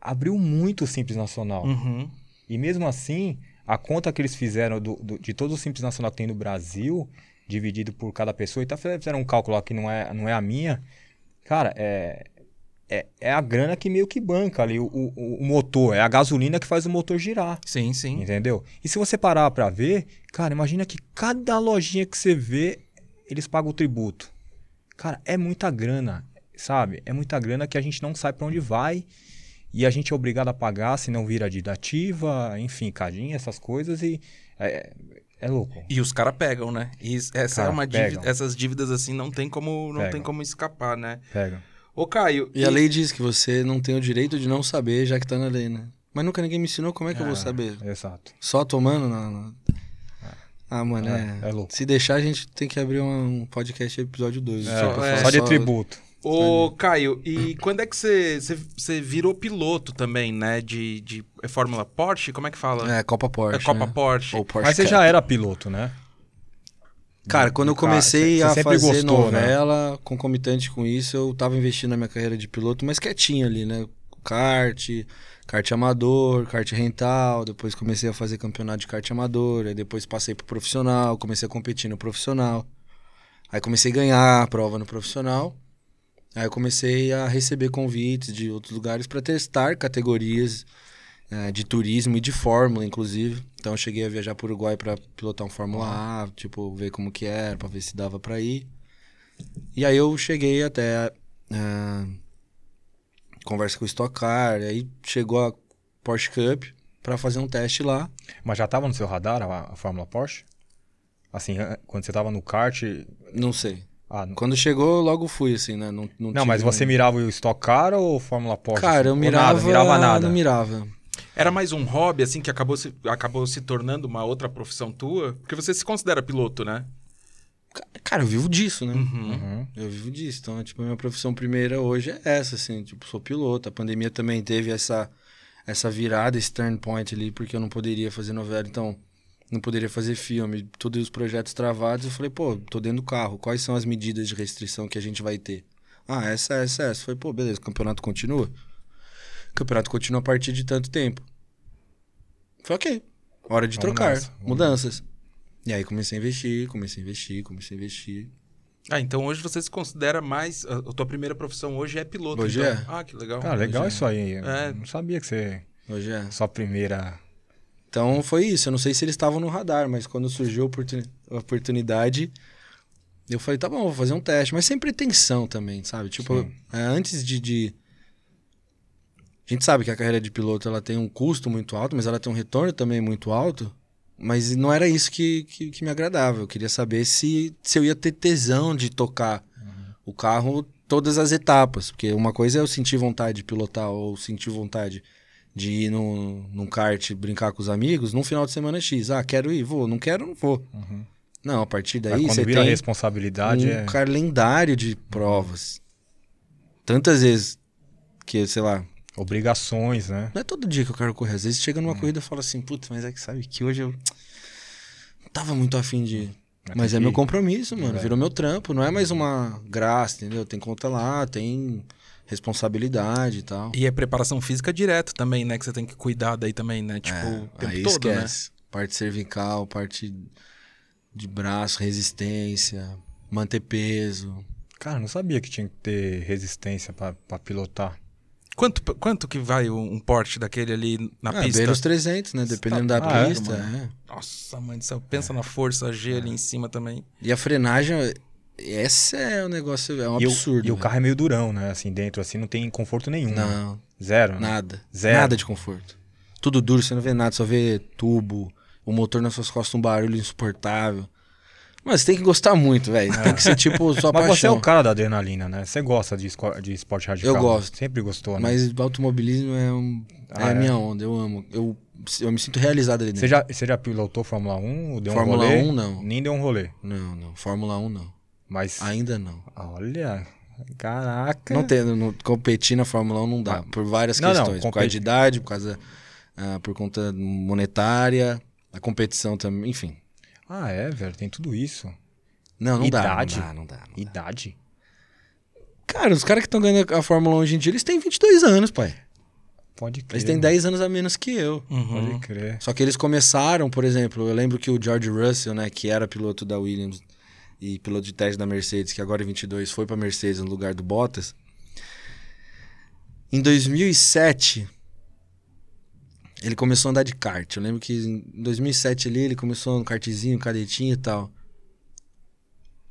abriu muito o Simples Nacional.
Uhum.
E mesmo assim, a conta que eles fizeram do- do- de todo o Simples Nacional que tem no Brasil, dividido por cada pessoa, e tá, fizeram um cálculo lá que não é, não é a minha, cara, é, é, é a grana que meio que banca ali o, o- o motor, é a gasolina que faz o motor girar.
Sim, sim.
Entendeu? E se você parar pra ver, cara, imagina que cada lojinha que você vê, eles pagam o tributo. Cara, é muita grana, sabe? É muita grana que a gente não sabe pra onde vai e a gente é obrigado a pagar se não vira didativa, enfim, cadinha, essas coisas e é, é louco.
E os caras pegam, né? E isso- essa
Cara,
é uma dívida-
pegam.
essas dívidas assim não tem como não tem
Pegam.
como escapar, né?
Pega.
Ô Caio,
E a lei diz que você não tem o direito de não saber, já que tá na lei, né? Mas nunca ninguém me ensinou como é que eu vou saber.
Exato.
Só tomando na. na- Ah, mano, é.
É, é louco.
Se deixar, a gente tem que abrir um um podcast episódio 2.
É,
Só- é,
só de tributo.
Ô, Caio, e quando é que você, você, você virou piloto também, né? De, de é Fórmula Porsche? Como é que fala?
É, Copa Porsche.
É Copa
né?
Porsche.
Ou Porsche
Mas você
Cup.
já era piloto, né?
Cara, quando eu
Cara,
comecei
você- você
a
sempre
fazer
gostou, né?
novela, concomitante com isso, eu tava investindo na minha carreira de piloto, mas quietinho ali, né? Kart, kart amador, kart rental, depois comecei a fazer campeonato de kart amador, aí depois passei pro profissional, comecei a competir no profissional. Aí comecei a ganhar a prova no profissional. Aí eu comecei a receber convites de outros lugares para testar categorias eh, de turismo e de fórmula, inclusive. Então eu cheguei a viajar para o Uruguai para pilotar um Fórmula A, tipo, ver como que era, para ver se dava para ir. E aí eu cheguei até ah, conversa com o Stock Car, aí chegou a Porsche Cup para fazer um teste lá.
Mas já tava no seu radar a, a Fórmula Porsche? Assim, an- quando você tava no kart.
Não sei.
Ah, não,
Quando chegou, eu logo fui assim, né? Não, não,
não mas
tive
você
um-
mirava o Stock Car ou Fórmula Porsche? assim?
Cara, eu
Ou
mirava,
Nada, mirava nada.
Não mirava.
Era mais um hobby, assim, que acabou se, acabou se tornando uma outra profissão tua? Porque você se considera piloto, né?
Ca- Cara, eu vivo disso, né?
Uhum.
Uhum.
Eu vivo disso. Então, tipo, a minha profissão primeira hoje é essa, assim. Tipo, sou piloto. A pandemia também teve essa, essa virada, esse turn point ali, porque eu não poderia fazer novela. Então, não poderia fazer filme. Todos os projetos travados. Eu falei, pô, tô dentro do carro. Quais são as medidas de restrição que a gente vai ter? Ah, essa, essa, essa. Falei, pô, beleza. O campeonato continua? O campeonato continua a partir de tanto tempo. Falei, ok, hora de
Vamos
trocar,
nessa, vamos
mudanças. E aí comecei a investir, comecei a investir, comecei a investir.
Ah, então hoje você se considera mais. A, a tua primeira profissão hoje é piloto.
Hoje
então.
é.
Ah, que legal.
Cara, legal
já-
isso aí. Eu
É.
Não sabia que você.
Hoje é.
Sua primeira.
Então foi isso. Eu não sei se eles estavam no radar, mas quando surgiu a oportuni- a oportunidade, eu falei, tá bom, vou fazer um teste. Mas sem pretensão também, sabe? Tipo,
Sim.
é, antes de, de- A gente sabe que a carreira de piloto ela tem um custo muito alto, mas ela tem um retorno também muito alto. Mas não era isso que, que, que me agradava. Eu queria saber se, se eu ia ter tesão de tocar o carro todas as etapas. Porque uma coisa é eu sentir vontade de pilotar ou sentir vontade de ir num, num kart brincar com os amigos num final de semana X. Ah, quero ir, vou. Não quero, não vou.
Uhum.
Não, a partir
Mas
daí
quando
você
vira
tem
responsabilidade
um
é.
calendário de provas. Tantas vezes que, sei lá,
Obrigações, né?
não é todo dia que eu quero correr. Às vezes chega numa
Uhum.
corrida e fala assim, putz, mas é que sabe que hoje eu não tava muito afim de ir. Mas é
tem
meu
que-
compromisso, mano.
Verdade.
Virou meu trampo. Não é mais uma graça, entendeu? Tem conta lá, tem responsabilidade e tal.
E é preparação física direto também, né? Que você tem que cuidar daí também, né? Tipo, o tempo
É, Aí
todo,
esquece. Parte cervical, parte de braço, resistência, manter peso.
Cara, não sabia que tinha que ter resistência pra, pra pilotar.
né? Quanto, quanto que vai um um porte daquele ali na
Ah,
pista?
beira os 300, né? Dependendo da
Ah, é,
pista. é.
Nossa, mãe do céu. Pensa na força G ali em cima também.
E a frenagem, essa é um negócio, é um
e, o-
absurdo.
e o,
velho.
carro é meio durão, né? Assim, dentro, assim, não tem conforto nenhum. né?
Não,
Zero, né?
nada.
Zero.
Nada de conforto. Tudo duro, você não vê nada, só vê tubo, o motor nas suas costas, um barulho insuportável. Mas tem que gostar muito, velho. Tem que ser tipo sua
É. Mas você é
paixão.
o cara da adrenalina, né? Você gosta de, esco- de esporte radical. né?
Eu gosto.
Sempre gostou, né?
Mas automobilismo é, um-
Ah,
é
é?
a minha onda, eu amo. Eu, eu me sinto realizado ali
Você
dentro.
já, você já pilotou Fórmula 1? ou Deu
Fórmula
um rolê?
1 não.
Nem deu um rolê.
Não, não. Fórmula 1 não.
Mas.
Ainda não.
Olha. Caraca.
Não tem, não- competir na Fórmula 1 não dá, por várias
Ah, Não, não,
questões. por causa
competi-
de idade, por causa. ah, por conta monetária, a competição também, enfim.
Ah, é, velho. Tem tudo isso.
Não, não dá, não
Idade?
dá. Não dá, não dá.
Idade.
Cara, os caras que estão ganhando a Fórmula 1 hoje em dia, eles têm 22 anos, pai.
Pode crer.
Eles têm Uhum.
mano.
10 anos a menos que eu.
Pode crer.
Só que eles começaram, por exemplo, eu lembro que o George Russell, né, que era piloto da Williams e piloto de teste da Mercedes, que agora é em 22 foi pra Mercedes no lugar do Bottas. Em 2007, ele começou a andar de kart. Eu lembro que em 2007 ali ele começou no kartzinho, um cadetinho e tal.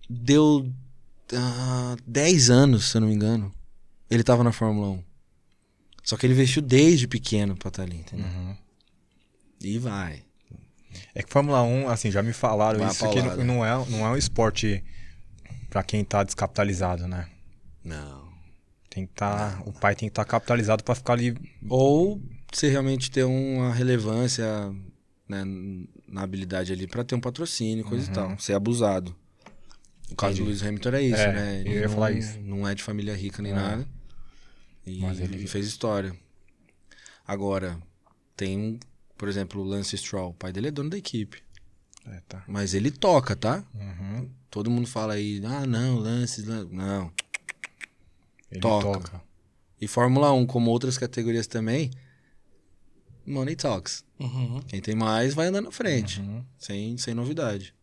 Deu ah, 10 anos, se eu não me engano. Ele tava na Fórmula 1. Só que ele investiu desde pequeno pra estar ali, entendeu?
Uhum.
E vai.
É que Fórmula 1, assim, já me falaram
Uma
isso, que
paulada.
não, não é, não é um esporte pra quem tá descapitalizado, né?
Não.
Tem que tá, o pai tem que estar capitalizado pra ficar ali.
Ou você realmente ter uma relevância né, na habilidade ali pra ter um patrocínio, coisa e tal. Ser abusado. O caso do
Uhum. Entendi.
Lewis Hamilton era isso,
É,
né?
eu ia
não,
falar isso.
Não é de família rica nem
É.
nada. E
Mas ele-
ele fez história. Agora, tem um, por exemplo, o Lance Stroll. O pai dele é dono da equipe.
É, tá.
Mas ele toca, tá?
Uhum.
Todo mundo fala aí, ah, não, Lance, Lance. Não.
Ele
Toca.
toca.
E Fórmula 1, como outras categorias também, money talks.
Uhum.
Quem tem mais vai andar na frente,
Uhum.
sem, sem novidade.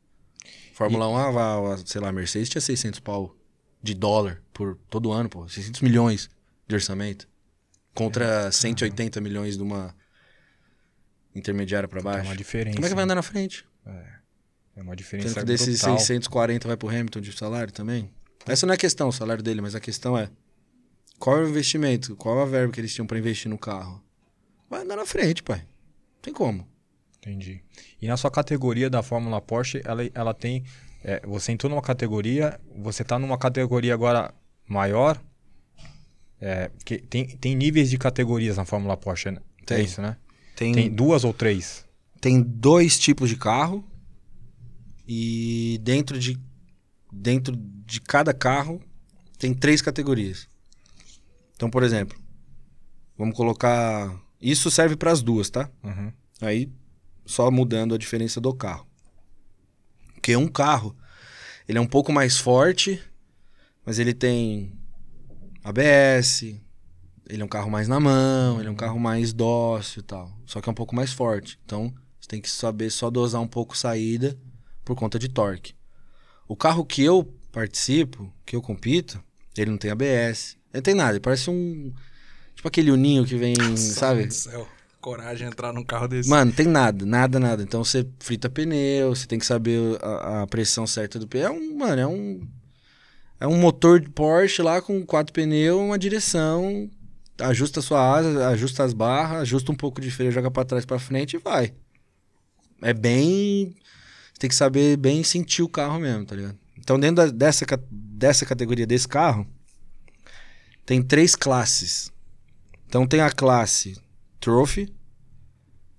Fórmula 1, a, a- sei lá, a Mercedes tinha 600 pau de dólar por todo ano, pô. 600 milhões de
É,
orçamento. Contra 180 milhões de uma intermediária pra
É
baixo.
uma diferença.
Como é que vai andar na frente?
É uma
Sendo
diferença
que desses
brutal.
640 vai pro Hamilton de salário também? Essa não é a questão, o salário dele, mas a questão é qual é o investimento, qual é a verba que eles tinham pra investir no carro? Vai andar na frente, pai. Não tem como.
Entendi. E na sua categoria da Fórmula Porsche, ela, ela tem. é, você entrou numa categoria, você tá numa categoria agora maior. É, porque tem, tem níveis de categorias na Fórmula Porsche, né? É
Tem.
isso, né? Tem
tem
duas ou três.
tem dois tipos de carro e dentro de dentro de cada carro tem três categorias. Então, por exemplo, vamos colocar isso serve para as duas, tá?
Uhum.
Aí só mudando a diferença do carro. Porque um carro, ele é um pouco mais forte, mas ele tem ABS, Ele é um carro mais na mão, ele é um carro mais dócil e tal. Só que é um pouco mais forte. Então, você tem que saber só dosar um pouco saída por conta de torque. O carro que eu participo, que eu compito, ele não tem ABS. Ele não tem nada, ele parece um. Tipo aquele uninho que vem, sabe?
Meu Deus do céu. Coragem de entrar num carro desse.
Mano, tem nada, nada, nada. Então você frita pneu, você tem que saber a, a pressão certa do pneu. É um, mano, é um. É um motor de Porsche lá com quatro pneus, uma direção. Ajusta a sua asa, ajusta as barras, ajusta um pouco de freio, joga pra trás, pra frente e vai. É bem. Você tem que saber bem sentir o carro mesmo, tá ligado? Então, dentro da- dessa, ca- dessa categoria desse carro, tem três classes. Então, tem a classe Trophy,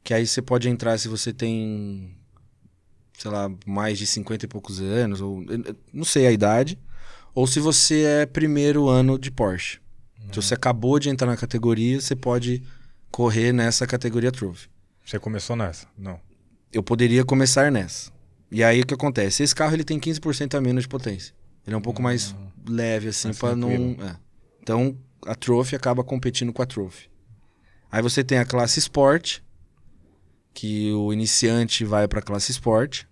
que aí você pode entrar se você tem, sei lá, mais de 50 e poucos anos, ou eu- eu não sei a idade, ou se você é primeiro ano de Porsche. Se você acabou de entrar na categoria, você pode correr nessa categoria Trophy.
Você começou nessa? Não.
Eu poderia começar nessa. E aí o que acontece? Esse carro ele tem 15% a menos de potência. Ele é um pouco mais leve assim
Hum, Mais
para não,
tranquilo.
é. Então a Trophy acaba competindo com a Trophy. Aí você tem a classe Sport, que o iniciante vai para a classe Sport,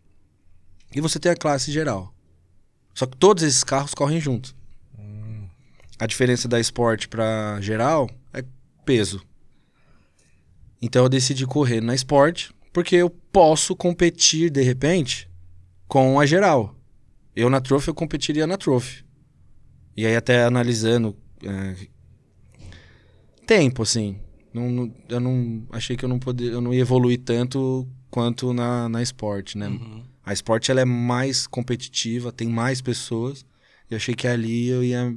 e você tem a classe geral. Só que todos esses carros correm juntos.
Hum.
A diferença da Sport para geral é peso. Então eu decidi correr na Sport, porque eu posso competir de repente com a geral. Eu na Trophy, eu competiria na Trophy. E aí até analisando é, tempo, assim. Não, não- eu não achei que eu não poder, eu não ia evoluir tanto quanto na, na Sport, né?
Uhum.
A Sport ela é mais competitiva, tem mais pessoas. E eu achei que ali eu ia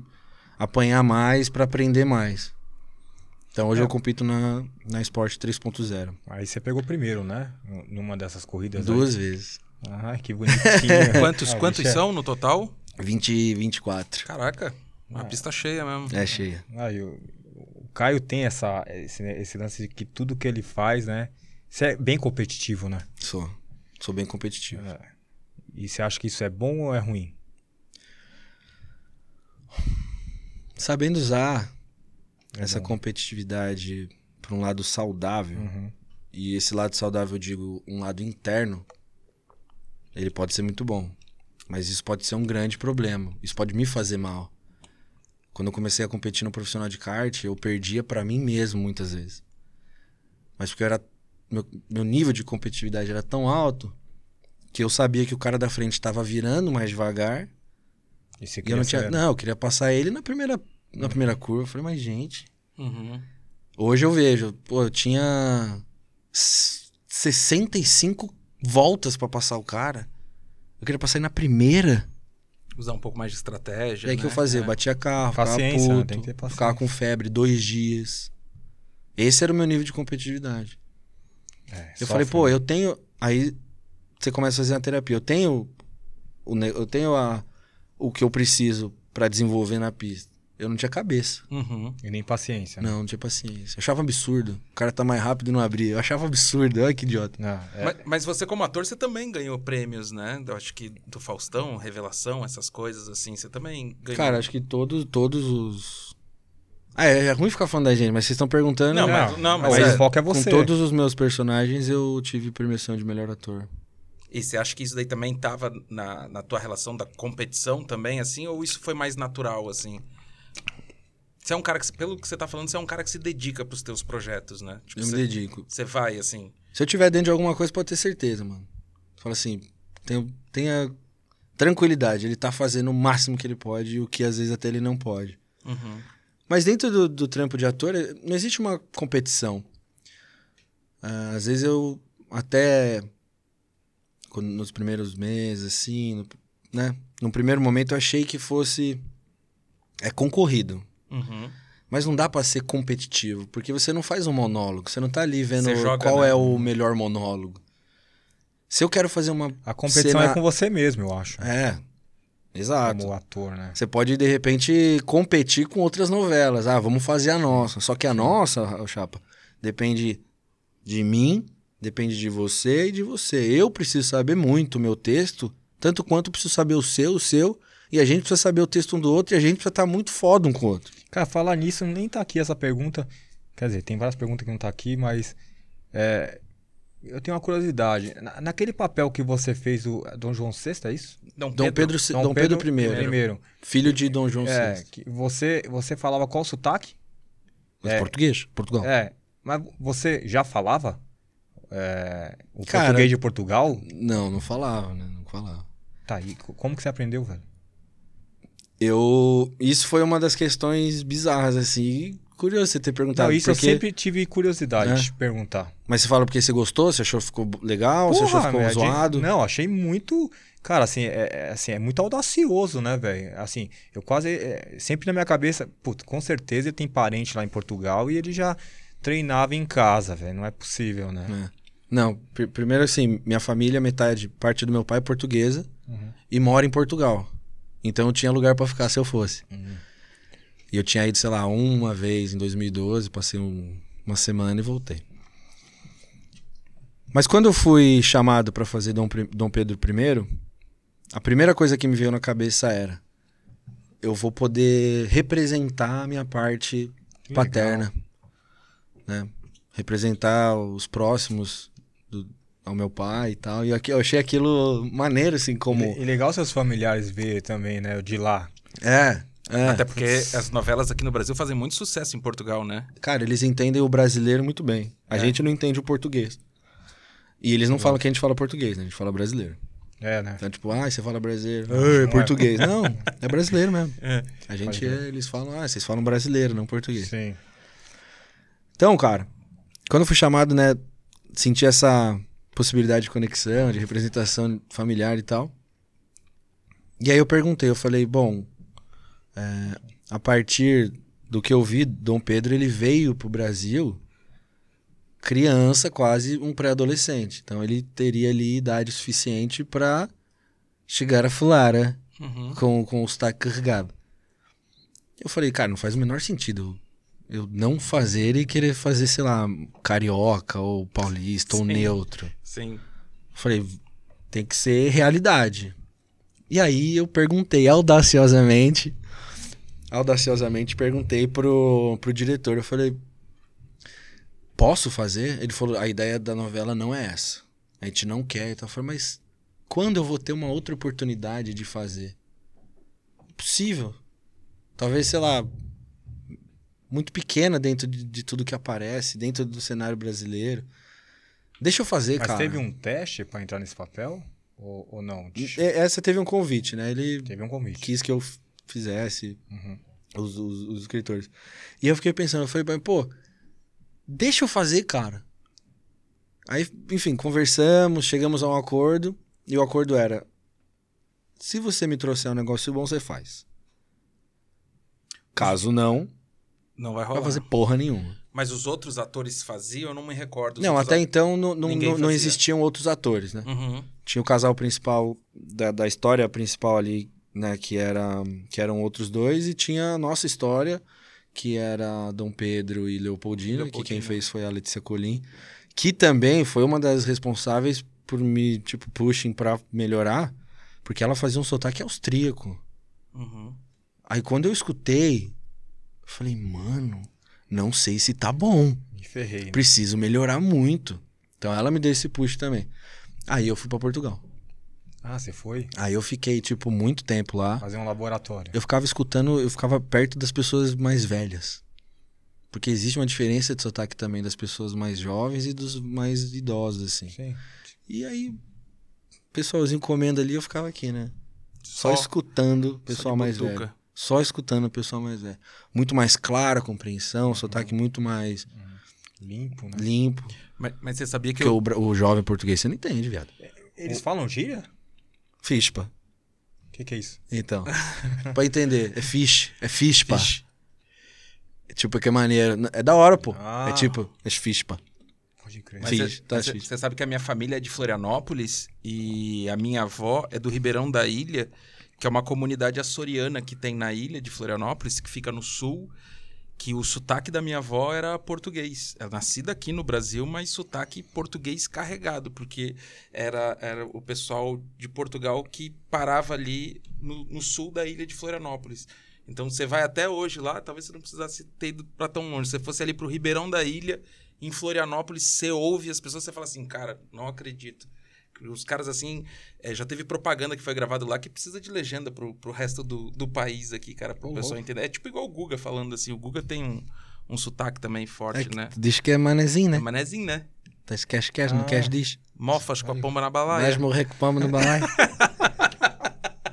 apanhar mais pra aprender mais. Então hoje eu compito na, na Sport 3.0.
Aí você pegou primeiro, né? Numa dessas corridas. aí.
Duas vezes.
Ah, que bonitinho.
Quantos,
Ah, o
quantos
bicho é-
são no total?
20 e 24.
Caraca, uma pista cheia mesmo.
É cheia.
Aí, o, o Caio tem essa, esse, esse lance de que tudo que ele faz, né? Você é bem competitivo, né?
Sou. Sou bem competitivo.
E você acha que isso é bom ou é ruim?
Sabendo usar
É
essa
bom.
competitividade pra um lado saudável,
Uhum.
e esse lado saudável eu digo um lado interno, ele pode ser muito bom. Mas isso pode ser um grande problema. Isso pode me fazer mal. Quando eu comecei a competir no profissional de kart, eu perdia pra mim mesmo muitas vezes. Mas porque eu era meu, meu nível de competitividade era tão alto que eu sabia que o cara da frente estava virando mais devagar
E você
e eu
queria
não tinha,
ser-
não, eu queria passar ele na primeira na primeira curva. Eu falei, mas gente,
Uhum.
Hoje eu vejo, pô, eu tinha s- 65 voltas pra passar o cara. Eu queria passar ele na primeira.
Usar um pouco mais de estratégia.
E aí o que
né?
eu fazia? Eu
É.
batia carro,
Paciência,
ficava
né?
puto,
Tem que ter paciência.
ficava com febre dois dias. Esse era o meu nível de competitividade.
É,
Eu
sofre,
falei, pô,
né?
eu tenho. Aí você começa a fazer a terapia. Eu tenho, o ne- eu tenho a, o que eu preciso pra desenvolver na pista. Eu não tinha cabeça.
Uhum.
E nem paciência. né?
Não, não tinha paciência. Eu achava absurdo. O cara tá mais rápido e não abria. Eu achava absurdo. Olha que idiota.
Não, é-
Mas, mas você, como ator, você também ganhou prêmios, né? Eu acho que do Faustão, Revelação, essas coisas assim. Você também ganhou.
Cara, acho que todos, todos os. Ah, é, é ruim ficar falando da gente, mas vocês estão perguntando.
Não,
né?
mas- não, mas
o
é-
enfoque é
Com
você.
todos os meus personagens eu tive premiação de melhor ator.
E você acha que isso daí também tava na, na tua relação da competição também, assim? Ou isso foi mais natural, assim? Você é um cara que, se- pelo que você tá falando, você é um cara que se dedica pros teus projetos, né? Tipo,
Eu me
você,
dedico.
Você vai, assim.
Se eu tiver dentro de alguma coisa, pode ter certeza, mano. Fala assim, tenha, tenha tranquilidade, ele tá fazendo o máximo que ele pode e o que às vezes até ele não pode.
Uhum.
Mas dentro do, do trampo de ator, eh, não existe uma competição. Ah, às vezes eu até quando- nos primeiros meses, assim, no, né? No primeiro momento eu achei que fosse é concorrido.
Uhum.
Mas não dá pra ser competitivo, porque você não faz um monólogo, você não tá ali vendo
Você joga,
qual
né?
é o melhor monólogo. Se eu quero fazer uma.
A competição
Cena-
é com você mesmo, eu acho.
É. Exato.
Como ator, né?
Você pode, de repente, competir com outras novelas. Ah, vamos fazer a nossa. Só que a nossa, ô Chapa, depende de mim, depende de você e de você. Eu preciso saber muito o meu texto, tanto quanto eu preciso saber o seu, o seu E a gente precisa saber o texto um do outro e a gente precisa estar muito foda um com o outro.
Cara, falar nisso, nem tá aqui essa pergunta. Quer dizer, tem várias perguntas que não tá aqui, mas é, eu tenho uma curiosidade. Na- naquele papel que você fez, o Dom João VI, é isso?
Dom
Dom Pedro, C- Dom Pedro, I,
Primeiro.
filho de Dom João
É,
VI.
que você, você falava qual sotaque?
Mas
é.
Português, Portugal.
É, mas você já falava é, o
Cara-
português de Portugal?
Não, não falava, né? Não falava.
Tá, e co- como que você aprendeu, velho?
Eu. Isso foi uma das questões bizarras, assim. E curioso você ter perguntado.
Não, isso
Então, porque-
eu sempre tive curiosidade
É.
de te perguntar.
Mas você fala porque você gostou? Você achou que ficou legal? você achou que ficou
meu, a gente-
zoado?
Não, achei muito. Cara, assim, é, é- assim, é muito audacioso, né, velho? Assim, eu quase. é, sempre na minha cabeça, putz, com certeza ele tem parente lá em Portugal e ele já treinava em casa, velho. Não é possível, né?
É. Não, pr- primeiro assim, minha família, metade, parte do meu pai é portuguesa
Uhum.
e mora em Portugal. Então eu tinha lugar pra ficar se eu fosse.
Uhum.
E eu tinha ido, sei lá, uma vez em 2012, passei um- uma semana e voltei. Mas quando eu fui chamado pra fazer Dom, Pri- Dom Pedro I, a primeira coisa que me veio na cabeça era: eu vou poder representar a minha parte
Que legal.
paterna, né? Representar os próximos do- ao meu pai e tal. E aqui, eu achei aquilo maneiro, assim, como.
E, e legal seus familiares verem também, né? De lá.
É, é.
Até porque as novelas aqui no Brasil fazem muito sucesso em Portugal, né?
Cara, eles entendem o brasileiro muito bem. A
É.
gente não entende o português. E eles não falam que a gente fala português, né? A gente fala brasileiro.
É, né?
Então, tipo, ah, você fala brasileiro. Ah, é português. Não, é brasileiro mesmo. A gente,
Pode
é- eles falam, ah, vocês falam brasileiro, não português.
Sim.
Então, cara, quando eu fui chamado, né, senti essa possibilidade de conexão, de representação familiar e tal. E aí eu perguntei, eu falei, bom, é, a partir do que eu vi, Dom Pedro, ele veio pro Brasil criança, quase um pré-adolescente. Então ele teria ali idade suficiente para chegar a Fulara
Uhum.
com, com o sotaque carregado. Eu falei, cara, não faz o menor sentido eu não fazer e querer fazer, sei lá, carioca ou paulista ou
Sim.
neutro.
Sim.
Eu falei, tem que ser realidade. E aí eu perguntei audaciosamente, audaciosamente perguntei pro, pro diretor, eu falei, posso fazer? Ele falou, a ideia da novela não é essa. A gente não quer. Então eu falei, mas quando eu vou ter uma outra oportunidade de fazer? Possível. Talvez, sei lá, muito pequena dentro de, de tudo que aparece, dentro do cenário brasileiro. Deixa eu fazer,
Mas
cara.
teve um teste pra entrar nesse papel? Ou, ou não?
E- Essa teve um convite, né? Ele
Teve um convite.
quis que eu f- fizesse
Uhum.
os, os, os escritores. E eu fiquei pensando, eu falei, pra ele, pô, deixa eu fazer, cara. Aí, enfim, conversamos, chegamos a um acordo, e o acordo era: se você me trouxer um negócio bom, você faz. Caso não,
Não vai
não
rolar.
vai fazer porra nenhuma.
Mas os outros atores faziam, eu não me recordo. Os
não,
outros
até então não, não,
Ninguém
não- não
fazia.
existiam outros atores, né?
a- Uhum.
tinha o casal principal da, da história principal ali, né, que era que eram outros dois e tinha a nossa história, que era Dom Pedro e Leopoldina, que quem
Leopoldina.
fez foi a Letícia Colim, que também foi uma das responsáveis por me, tipo, pushing pra melhorar, porque ela fazia um sotaque austríaco.
Uhum.
Aí quando eu escutei, eu falei, mano, não sei se tá bom.
Me ferrei. né?
Preciso melhorar muito. Então ela me deu esse push também. Aí eu fui pra Portugal.
Ah, você foi?
Aí eu fiquei, tipo, muito tempo lá.
Fazer um laboratório.
Eu ficava escutando, eu ficava perto das pessoas mais velhas. Porque existe uma diferença de sotaque também das pessoas mais jovens e dos mais idosos, assim.
Sim.
E aí, o pessoalzinho comendo ali, eu ficava aqui, né? Só, escutando o pessoal
de
mais
butuca.
velho. Só escutando o pessoal mais velho. Muito mais clara a compreensão, sotaque muito mais
Limpo, né?
limpo.
Mas, mas você sabia que,
Uhum. Porque
eu...
o, bra- o jovem português você não entende, viado.
Eles falam gíria?
Fispa.
O que, que é isso?
Então, pra entender, é fish, é fispa.
Fish.
É Tipo, que é maneiro. É da hora, pô.
Ah.
É tipo, é fispa.
Pode crer.
Mas
Sim,
você-
tá
mas você-
difícil.
Você sabe que a minha família é de Florianópolis e a minha avó é do Ribeirão da Ilha, que é uma comunidade açoriana que tem na ilha de Florianópolis, que fica no sul. que o sotaque da minha avó era português. Ela é nascida aqui no Brasil, mas sotaque português carregado, porque era, era o pessoal de Portugal que parava ali no, no sul da ilha de Florianópolis. Então você vai até hoje lá, talvez você não precisasse ter ido para tão longe. Se você fosse ali pro Ribeirão da Ilha, em Florianópolis, você ouve as pessoas, você fala assim, cara, não acredito. Os caras assim, é, já teve propaganda que foi gravado lá que precisa de legenda pro, pro resto do, do país aqui, cara, pro
Ô,
pessoal
louco.
entender. É tipo igual o Guga falando assim, o Guga tem um, um sotaque também forte, né?
Diz que é manezinho,
É
né?
manezinho, né?
Mas queres, queres,
Ah.
não queres, diz.
Mofas com a pomba na balaia.
Vais morrer com palma no balai.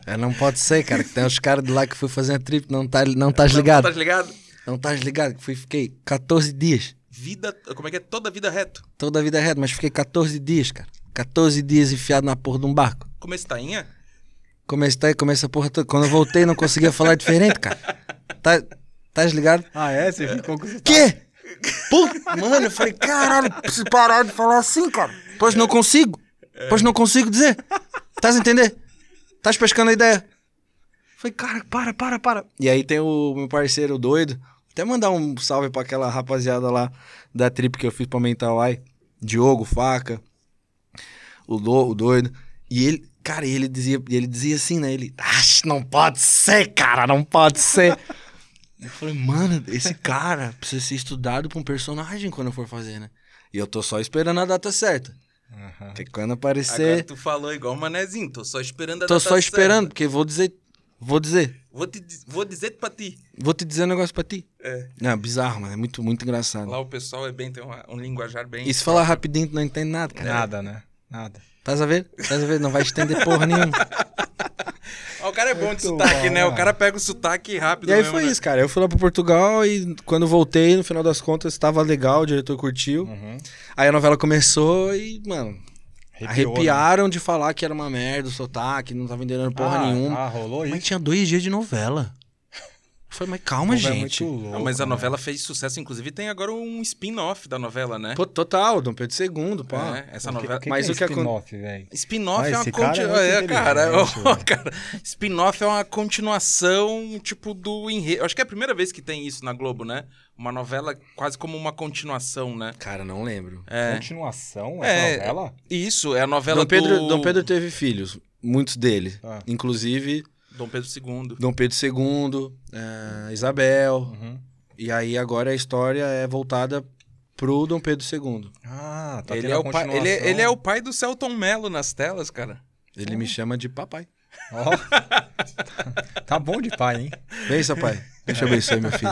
É, não pode ser, cara, que tem uns caras de lá que fui fazer a trip, não estás não tás
Tá
ligado.
ligado?
Não estás ligado, que fui, fiquei 14 dias,
Vida, como é que é? Toda vida reto.
toda a vida reta, mas fiquei 14 dias, cara. 14 dias enfiado na porra de um barco.
Começo tainha?
Comecei, tá, comecei a porra toda. Quando eu voltei, não conseguia falar diferente, cara. Tá, estás ligado?
Ah, é? Você ficou com sotaque.
Quê? Puta, mano, eu falei, caralho, preciso parar de falar assim, cara. Pois não consigo. Pois não consigo dizer. Estás a entender? Estás pescando a ideia. Falei, cara, para, para, para. E aí tem o meu parceiro doido. Até mandar um salve pra aquela rapaziada lá da trip que eu fiz pra Mentawai. Diogo, faca. O, do, o doido. E ele, cara, e ele dizia, e ele dizia assim, né? Ele, "Acho, não pode ser, cara, não pode ser. Eu falei, mano, esse cara precisa ser estudado pra um personagem quando eu for fazer, né? E eu tô só esperando a data certa.
Aham.
Porque
Agora
quando aparecer,
tu falou igual o manezinho, tô só esperando a
tô
data
só
certa.
esperando, porque vou dizer, vou dizer.
Vou, te, diz- vou dizer pra ti.
Vou te dizer um negócio pra ti.
É.
Não, é bizarro, mano. É muito, muito engraçado.
Lá o pessoal é bem, tem uma- um linguajar bem.
E se falar rapidinho, tu não entende nada, cara.
Nada, né? Nada.
Tás a ver? Tás a ver? Não vai estender porra nenhuma.
Ó, o cara é bom de
Muito
sotaque,
bom,
né? O
mano.
cara pega o sotaque rápido.
E aí
mesmo,
foi
né?
isso, cara. Eu fui lá pra Portugal e quando voltei, no final das contas, tava legal, o diretor curtiu.
Uhum.
Aí a novela começou e, mano,
Arrepiou, né?
arrepiaram de falar que era uma merda o sotaque, não tava entendendo porra
ah,
nenhuma.
Ah, rolou
Mas
isso?
tinha dois dias de novela. Eu falei, mas calma,
Pô, velho,
gente.
É muito louco,
Não, mas a
né?
novela fez sucesso, inclusive tem agora um spin-off da novela, né?
Pô, total, Dom Pedro II, pá.
É, essa novela.
que
Mas
que
o que
é
acon-
spin-off, velho?
Spin-off
Mas
é uma
esse cara é
continu...
muito
é, cara,
inteligente,
ó,
velho.
cara, Spin-off é uma continuação, tipo, do enredo. Acho que é a primeira vez que tem isso na Globo, né? Uma novela quase como uma continuação, né?
Cara, não lembro.
É.
Continuação?
É.
É novela?
E Isso, é a novela
Dom Pedro,
do...
Dom Pedro teve filhos, muitos dele.
Ah.
Inclusive,
Dom Pedro II.
Dom Pedro II, eh, Isabel.
Uhum.
E aí agora a história é voltada pro Dom Pedro II.
Ah, tá
ele,
tendo
é
a
o pai, ele, é-
continuação.
ele é o pai do Celton Mello nas telas, cara.
Ele me chama de papai.
Ó. Tá- tá bom de pai, hein?
Bença, pai. Deixa eu abençoe, meu filho.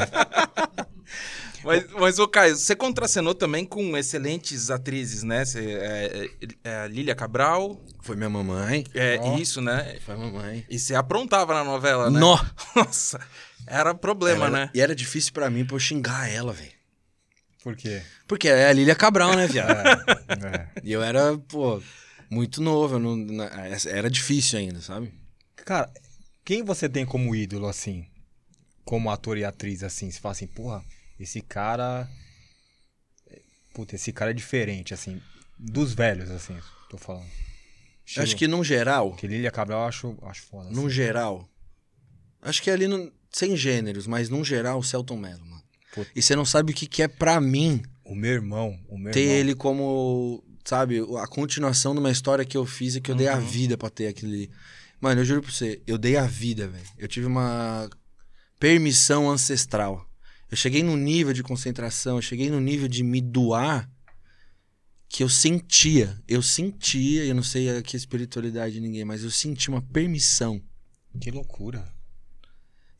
Mas, mas ô Caio, você contracenou também com excelentes atrizes, né? Você, é, é, é, Lília Cabral,
Foi minha mamãe.
é
Ó.
isso, né?
Foi a mamãe.
E você aprontava na novela, né?
Nó!
Nossa, era problema,
Ela-
né?
E era difícil pra mim pra eu xingar ela, velho.
Por quê?
Porque é a Lília Cabral, né, viado?
É.
E eu era, pô, muito novo. eu não- na- essa- era difícil ainda, sabe?
Cara, quem você tem como ídolo, assim? Como ator e atriz, assim? Você fala assim, porra, esse cara. Puta, esse cara é diferente, assim. Dos velhos, assim, tô falando. Tipo,
Eu Acho que num geral,
Que Lilia Cabral eu acho, acho foda. assim.
num geral, acho que ali, no- sem gêneros, mas num geral, o Celton Mello, mano.
Puta.
E você não sabe o que, que é pra mim
O meu irmão, o meu
ter
irmão.
ele como, sabe, a continuação de uma história que eu fiz e que eu dei a
Uhum.
vida pra ter aquele. Mano, eu juro pra você, eu dei a vida, velho. Eu tive uma permissão ancestral. Eu cheguei num nível de concentração, eu cheguei num nível de me doar que eu sentia. Eu sentia, eu não sei a que espiritualidade de ninguém, mas eu senti uma permissão.
Que loucura.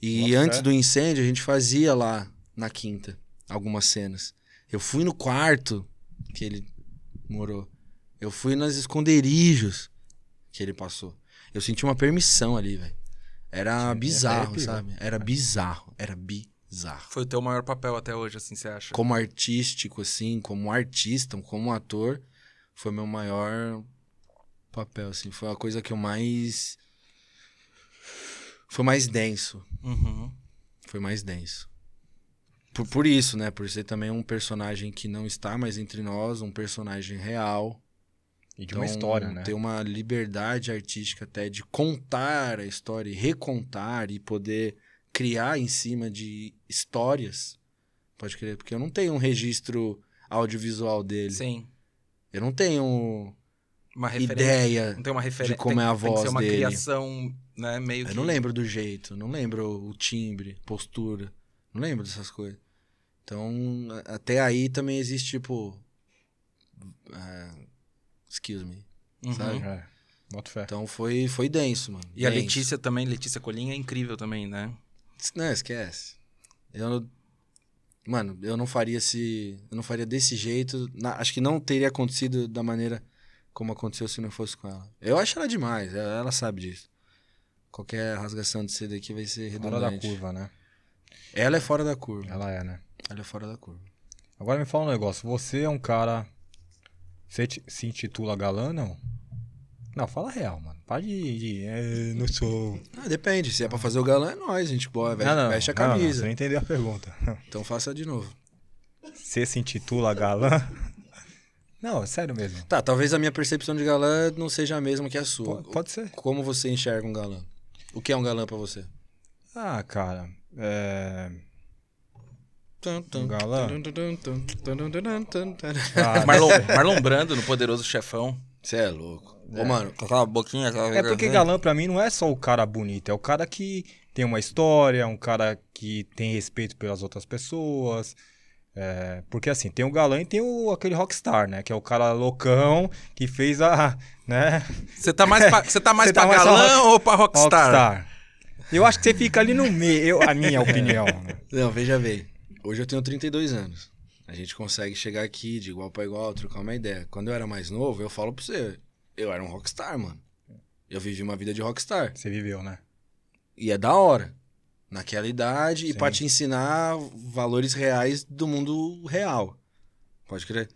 E
Bota
antes
fé.
do incêndio, a gente fazia lá na quinta algumas cenas. Eu fui no quarto que ele morou. Eu fui nas esconderijos que ele passou. Eu senti uma permissão ali, velho. Era
Sim,
bizarro,
arrepio.
sabe? Era bizarro. Era bizarro.
Foi o teu maior papel até hoje, assim, você acha?
Como artístico, assim, como artista, como ator, foi meu maior papel, assim. Foi a coisa que eu mais. Foi mais denso.
Uhum.
Foi mais denso. Por, por isso, né? Por ser também um personagem que não está mais entre nós, um personagem real. Então,
E de uma
um
história, né?
Ter uma liberdade artística até de contar a história e recontar e poder criar em cima de histórias Pode crer, porque eu não tenho um registro audiovisual dele.
Sim.
Eu não tenho
Uma referência.
ideia.
Não tem uma referência.
como
tem,
é a
tem que
voz
ser uma
dele.
criação, né? Meio
Eu
que...
não lembro do jeito, não lembro o timbre, postura, não lembro dessas coisas. Então, a- até aí também existe, tipo. ah, excuse me.
Uhum.
sabe?
É. Boto fé.
Então foi, foi denso, mano.
E a
denso.
Letícia também, Letícia Colinha é incrível também, né?
Não, esquece. Eu não- Mano, eu não faria se. Eu não faria desse jeito. na- acho que não teria acontecido da maneira como aconteceu se não fosse com ela. Eu acho ela demais, ela, ela sabe disso. Qualquer rasgação de seda aqui vai ser
Fora da
redundante.
curva, né?
Ela é fora da curva.
Ela é, né?
Ela é fora da curva.
Agora me fala um negócio. Você é um cara. Você ti- se intitula galã, não? Não, fala real, mano. Para de. de é, não sou.
Ah, depende. Se é pra fazer o galã, é nós, gente. Boa, veste,
Ah, não, não,
veste a
não, não,
camisa.
você não entendeu a pergunta.
Então faça de novo.
Você se intitula galã? Não, é sério mesmo.
Tá, talvez a minha percepção de galã não seja a mesma que a
Po-
sua.
Pode, ser.
Como você enxerga um galã? O que é um galã pra você?
Ah, cara. É.
Um
galã? Ah,
Marlon,
né?
Marlon Brando, no Poderoso Chefão.
Você é louco. Ô, mano, com aquela boquinha. aquela-
É porque galã pra mim não é só o cara bonito, é o cara que tem uma história, um cara que tem respeito pelas outras pessoas. É, porque assim, tem o galã e tem o, aquele rockstar, né? Que é o cara loucão que fez a. né?
Você tá mais pra, você tá mais
Você tá
pra
mais pra
galã ou pra rockstar?
Eu acho que você fica ali no meio, eu- a minha opinião. né?
É. Não, veja bem. Hoje eu tenho 32 anos. A gente consegue chegar aqui de igual pra igual, trocar uma ideia. Quando eu era mais novo, eu falo pra você. Eu era um rockstar, mano. Eu vivi uma vida de rockstar.
Você viveu, né?
E é da hora. Naquela idade, e
Sim.
pra te ensinar valores reais do mundo real. Pode crer.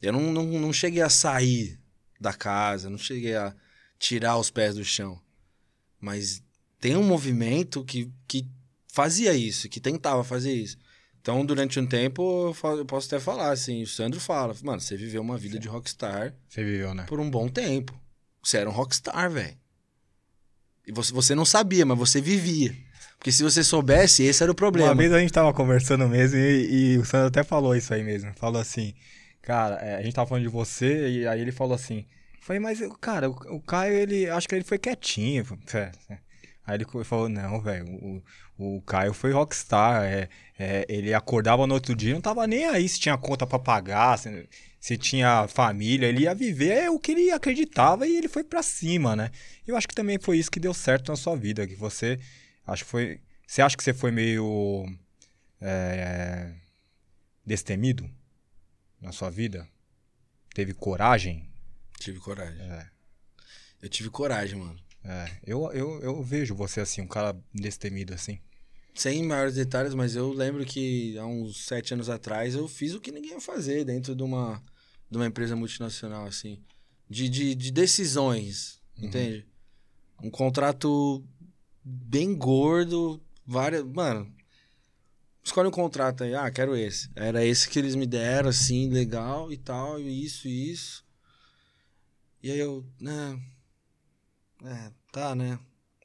Eu não, não, não cheguei a sair da casa, não cheguei a tirar os pés do chão. Mas tem um movimento que, que fazia isso, que tentava fazer isso. Então, durante um tempo, eu fa- eu posso até falar assim, o Sandro fala, mano, você viveu uma vida de rockstar
Você viveu, né?
por um bom tempo. Você era um rockstar, velho. E você, você não sabia, mas você vivia. Porque se você soubesse, esse era o problema.
Uma vez a gente tava conversando mesmo e, e o Sandro até falou isso aí mesmo. Falou assim, cara, é, a gente tava falando de você e aí ele falou assim, foi, mas, eu- cara, o, o Caio, ele, acho que ele foi quietinho. É, é. Aí ele co- falou, não, velho, o, o Caio foi rockstar, é, é, ele acordava no outro dia, não tava nem aí se tinha conta pra pagar, se, se tinha família, ele ia viver é o que ele acreditava e ele foi pra cima, né? Eu acho que também foi isso que deu certo na sua vida, que você, acho que foi, você acha que você foi meio é, destemido na sua vida? Teve coragem?
Tive coragem.
É.
Eu tive coragem, mano.
É, eu, eu, eu vejo você assim, um cara destemido assim.
Sem maiores detalhes, mas eu lembro que há uns sete anos atrás eu fiz o que ninguém ia fazer dentro de uma, de uma empresa multinacional, assim. De, de, de decisões, entende? Um contrato bem gordo, várias. Mano, escolhe um contrato aí. Ah, quero esse. Era esse que eles me deram, assim, legal e tal, e isso e isso. E aí eu, né? É, tá, né?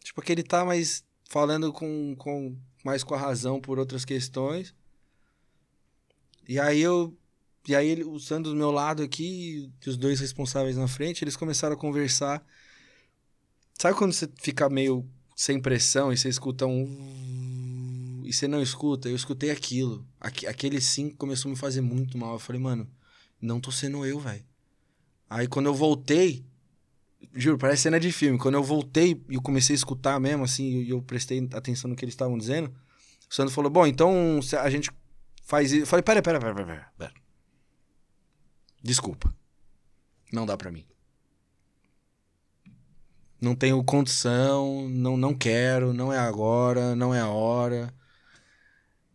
Tipo, aquele tá, mas falando com, com mais com a razão por outras questões. E aí eu. E aí ele, o Sandro do meu lado aqui, e os dois responsáveis na frente, eles começaram a conversar. Sabe quando você fica meio sem pressão e você escuta um. E você não escuta? Eu escutei aquilo. Aque- Aquele sim começou a me fazer muito mal. Eu falei, mano, não tô sendo eu, velho. Aí quando eu voltei, Juro, parece cena de filme. Quando eu voltei e eu comecei a escutar mesmo, assim, e eu prestei atenção no que eles estavam dizendo, o Sandro falou, bom, então se a gente faz isso. Eu falei, pera, pera, pera, pera, pera, pera. Desculpa. Não dá pra mim. Não tenho condição, não, não quero, não é agora, não é a hora.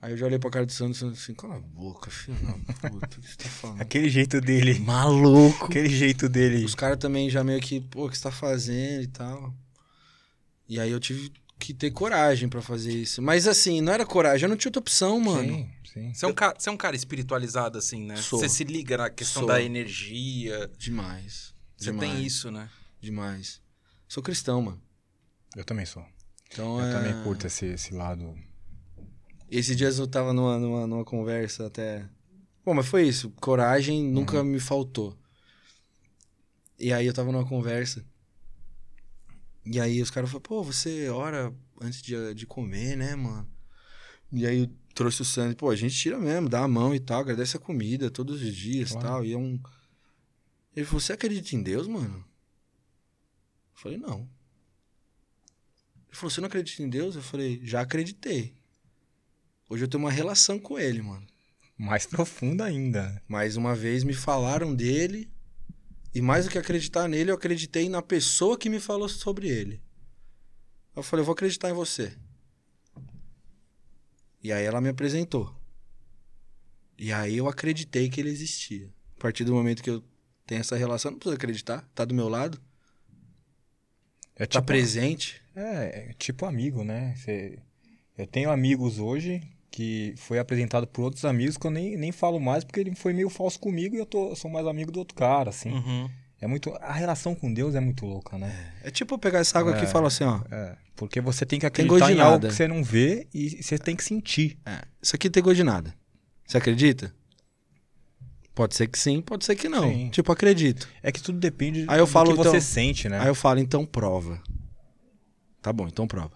Aí eu já olhei pra cara do Sandro e Sandro assim, cala a boca, filho da puta, o que você tá falando?
Aquele jeito dele.
Maluco!
Aquele jeito dele.
Os caras também já meio que, pô, o que você tá fazendo e tal. E aí eu tive que ter coragem pra fazer isso. Mas assim, não era coragem, eu não tinha outra opção, mano.
Sim, sim.
Você é, um cara, você é um cara espiritualizado, assim, né?
Sou.
Você se liga na questão
Sou.
da energia.
Demais.
Você
demais,
tem isso, né?
Demais. Sou cristão, mano.
Eu também sou.
Então
Eu
é...
também curto esse, esse lado
Esses dias eu tava numa, numa, numa conversa até. Bom, mas foi isso. Coragem nunca me faltou. E aí eu tava numa conversa. E aí os caras falaram, pô, você ora antes de, de comer, né, mano? E aí eu trouxe o sangue. Pô, a gente tira mesmo, dá a mão e tal, agradece a comida todos os dias e
Claro.
tal. E é um. Ele falou, você acredita em Deus, mano? Eu falei, não. Ele falou, você não acredita em Deus? Eu falei, já acreditei. Hoje eu tenho uma relação com ele, mano.
Mais profunda ainda.
Mais uma vez me falaram dele. E mais do que acreditar nele, eu acreditei na pessoa que me falou sobre ele. Eu falei, eu vou acreditar em você. E aí ela me apresentou. E aí eu acreditei que ele existia. A partir do momento que eu tenho essa relação, não precisa acreditar. Tá do meu lado,
É
tá
tipo,
presente.
é, é tipo amigo, né? Você- eu tenho amigos hoje que foi apresentado por outros amigos que eu nem, nem falo mais porque ele foi meio falso comigo e eu, tô, eu sou mais amigo do outro cara, assim.
Uhum.
É muito, a relação com Deus é muito louca, né?
Hum. É tipo eu pegar essa água aqui e
É.
falar assim, ó.
Porque você tem que
Tem gosto
acreditar
de
em algo
nada.
que você não vê e você tem que sentir.
"É, Isso aqui tem gosto de nada. Você acredita? Pode ser que sim, pode ser que não.
Sim.
Tipo, acredito.
É que tudo depende
Aí eu
do
falo,
que você
então-
sente, né?
Aí eu falo, então prova. Tá bom, então prova.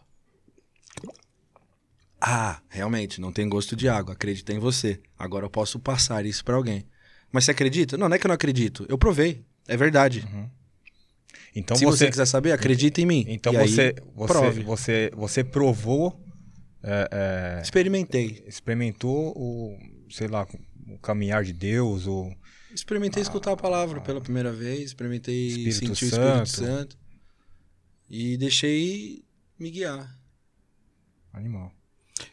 Ah, realmente, não tem gosto de água, acredita em você. Agora eu posso passar isso pra alguém. Mas você acredita? Não, não é que eu não acredito. Eu provei. É verdade.
Uhum. Então
Se você...
você,
quiser saber, acredita em mim.
então
E aí,
você, você,
prove.
você, você provou
experimentei.
experimentou o, sei lá, o caminhar de Deus, ou
Experimentei escutar a palavra pela primeira vez, experimentei
Espírito
sentir o Espírito Santo. E deixei me guiar.
animal.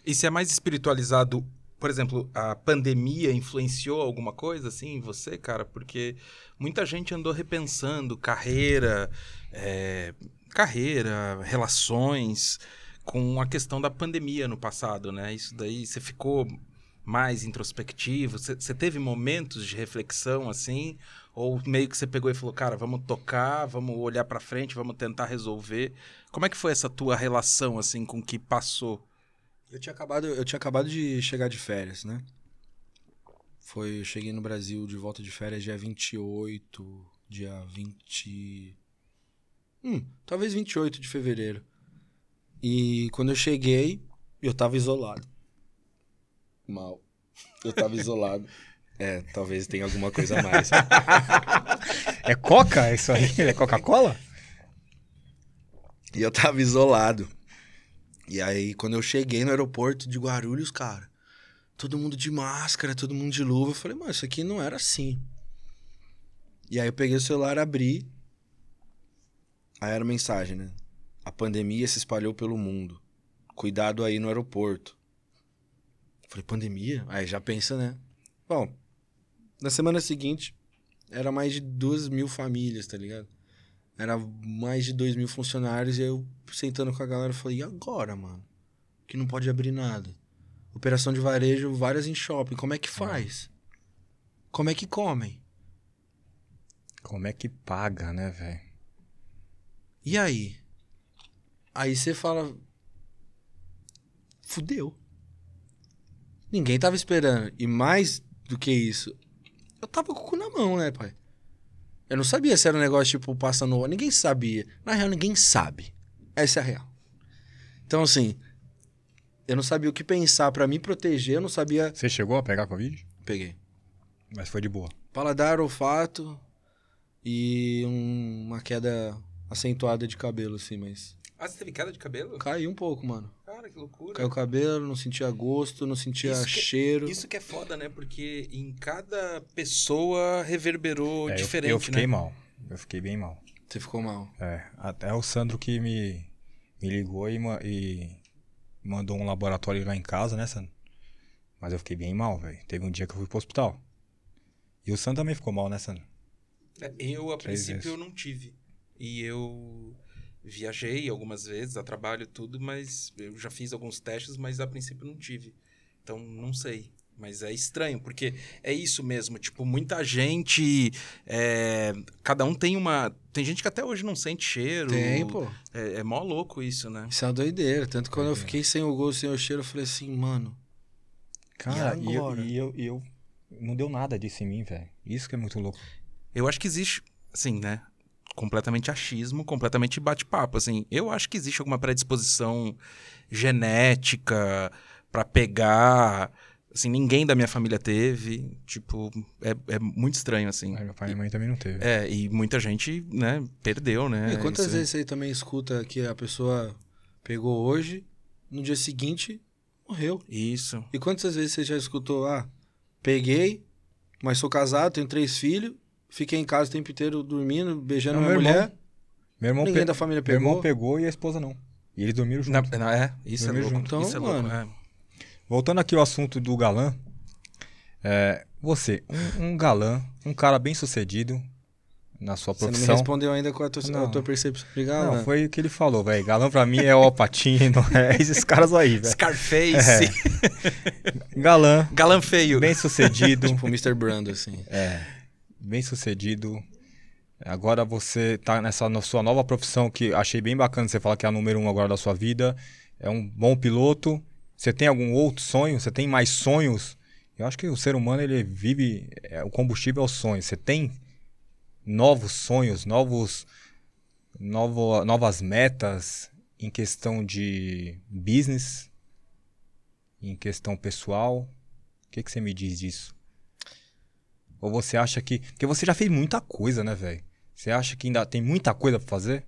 E se é mais espiritualizado, por exemplo, a pandemia influenciou alguma coisa assim em você, cara? Porque muita gente andou repensando carreira, é, carreira, relações com a questão da pandemia no passado, né? Isso daí você ficou mais introspectivo, você você teve momentos de reflexão assim, ou meio que você pegou e falou, cara, vamos tocar, vamos olhar pra frente, vamos tentar resolver. Como é que foi essa tua relação assim com o que passou?
Eu tinha acabado, eu tinha acabado de chegar de férias, né? Foi, eu cheguei no Brasil de volta de férias dia 28, dia 20. Hum, talvez 28 de fevereiro. E quando eu cheguei, eu tava isolado. Mal. Eu tava isolado. É, talvez tenha alguma coisa a mais.
É Coca isso aí? É Coca-Cola?
E eu tava isolado. E aí, quando eu cheguei no aeroporto de Guarulhos, cara, todo mundo de máscara, todo mundo de luva. Eu falei, mano, isso aqui não era assim. E aí eu peguei o celular, abri. Aí era mensagem, né? A pandemia se espalhou pelo mundo. Cuidado aí no aeroporto. Eu Falei, pandemia? Aí já pensa, né? Bom, na semana seguinte, era mais de duas mil famílias, tá ligado? Era mais de dois mil funcionários e eu sentando com a galera eu falei, e agora, mano? Que não pode abrir nada. Operação de varejo, várias em shopping. Como é que faz? Como é que comem?
Como é que paga, né, velho?
E aí? Aí você fala. Fudeu. Ninguém tava esperando. E mais do que isso, eu tava com o cu na mão, né, pai? Eu não sabia se era um negócio tipo passando no. Ninguém sabia. Na real, ninguém sabe. Essa é a real. Então, assim. Eu não sabia o que pensar pra me proteger, eu não sabia.
Você chegou a pegar Covid?
Peguei.
Mas foi de boa.
Paladar, olfato e um- uma queda acentuada de cabelo, assim, mas.
Ah, você teve queda de cabelo?
Caiu um pouco, mano.
Cara, que loucura.
Caiu o cabelo, não sentia gosto, não sentia
Isso que-
cheiro.
Isso que é foda, né? Porque em cada pessoa reverberou
É, eu-
diferente,
eu, fiquei
né?
mal. Eu fiquei bem mal.
Você ficou mal.
É, até o Sandro que me, me ligou e, ma- e mandou um laboratório lá em casa, né, Sandro? Mas eu fiquei bem mal, velho. Teve um dia que eu fui pro hospital. E o Sandro também ficou mal, né, Sandro?
É, Eu, a
Três
princípio,
vezes.
eu não tive. E eu viajei algumas vezes, a trabalho e tudo, mas eu já fiz alguns testes, mas a princípio não tive. Então, não sei. Mas é estranho, porque é isso mesmo. Tipo, muita gente. é, cada um tem uma. Tem gente que até hoje não sente cheiro.
Tem, pô.
É, é mó louco isso, né?
Isso é uma doideira. Tanto que quando eu fiquei sem o gosto, sem o cheiro, eu falei assim, mano,
Cara,
E
e, eu,
agora?
e eu, e eu- Não deu nada disso em mim, velho. Isso que é muito louco.
Eu acho que existe, assim, né? Completamente achismo, completamente bate-papo. Assim, eu acho que existe alguma predisposição genética pra pegar. Assim, ninguém da minha família teve. Tipo, é, é muito estranho, assim.
Aí meu pai e minha mãe também não teve.
É, e muita gente, né, perdeu,
É,
né?
E É, quantas
isso.
vezes você também escuta que a pessoa pegou hoje, no dia seguinte morreu?
Isso.
E quantas vezes você já escutou, ah, peguei, mas sou casado, tenho três filhos, fiquei em casa o tempo inteiro dormindo, beijando
É,
minha
meu irmão
mulher,
Meu irmão,
ninguém
pe-
da família
meu irmão
pegou.
pegou e a esposa não. E eles dormiram juntos.
Na- na- é, isso é
Dormir
louco.
junto.
Então,
isso é louco.
mano.
é.
Voltando aqui ao assunto do galã. é, você, um, um galã, um cara bem sucedido na sua
Você não me
profissão.
respondeu ainda com a tua, a
Não.
tua percepção. Obrigado. né?
não, foi o que ele falou, velho. Galã pra mim é o Alpatino, é esses caras aí, velho.
Scarface,
Galã,
galã feio.
bem sucedido.
Tipo o Mr. Brando, assim.
bem sucedido. Agora você tá nessa no- sua nova profissão que achei bem bacana. Você fala que é a número um agora da sua vida. É um bom piloto. Você tem algum outro sonho? Você tem mais sonhos? Eu acho que o ser humano ele vive. é, o combustível é o sonho. Você tem novos sonhos, novos, novo, novas metas em questão de business, em questão pessoal. O que, que você me diz disso? Ou você acha que. Porque você já fez muita coisa, né, velho? Você acha que ainda tem muita coisa pra fazer?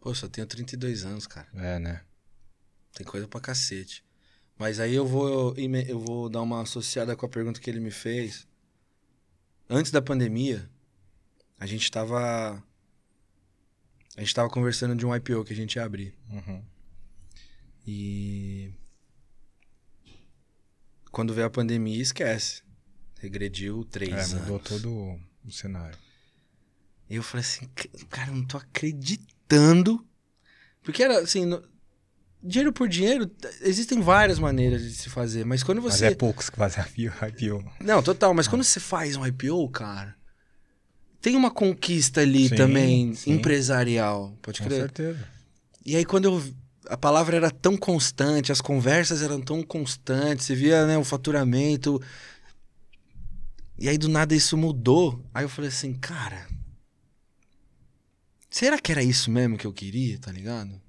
Pô, só tenho 32 anos, cara.
É, né?
Tem coisa pra cacete. Mas aí eu vou, ime- eu vou dar uma associada com a pergunta que ele me fez. Antes da pandemia, a gente tava. A gente tava conversando de um IPO que a gente ia abrir.
Uhum.
E. Quando veio a pandemia, esquece. Regrediu três
É, mudou
anos.
todo o cenário.
E eu falei assim, "Ca- cara, eu não tô acreditando. Porque era assim. no- Dinheiro por dinheiro, t- existem várias maneiras de se fazer, mas quando
Mas
você.
é Ah. poucos que fazem a fio- a IPO.
Não, total, mas quando você faz um IPO, cara, tem uma conquista ali
Sim,
também
sim.
empresarial, pode
Com
crer.
certeza.
E aí quando eu a palavra era tão constante, as conversas eram tão constantes, você via, né, o faturamento. E aí do nada isso mudou. Aí eu falei assim, cara, será que era isso mesmo que eu queria, tá ligado?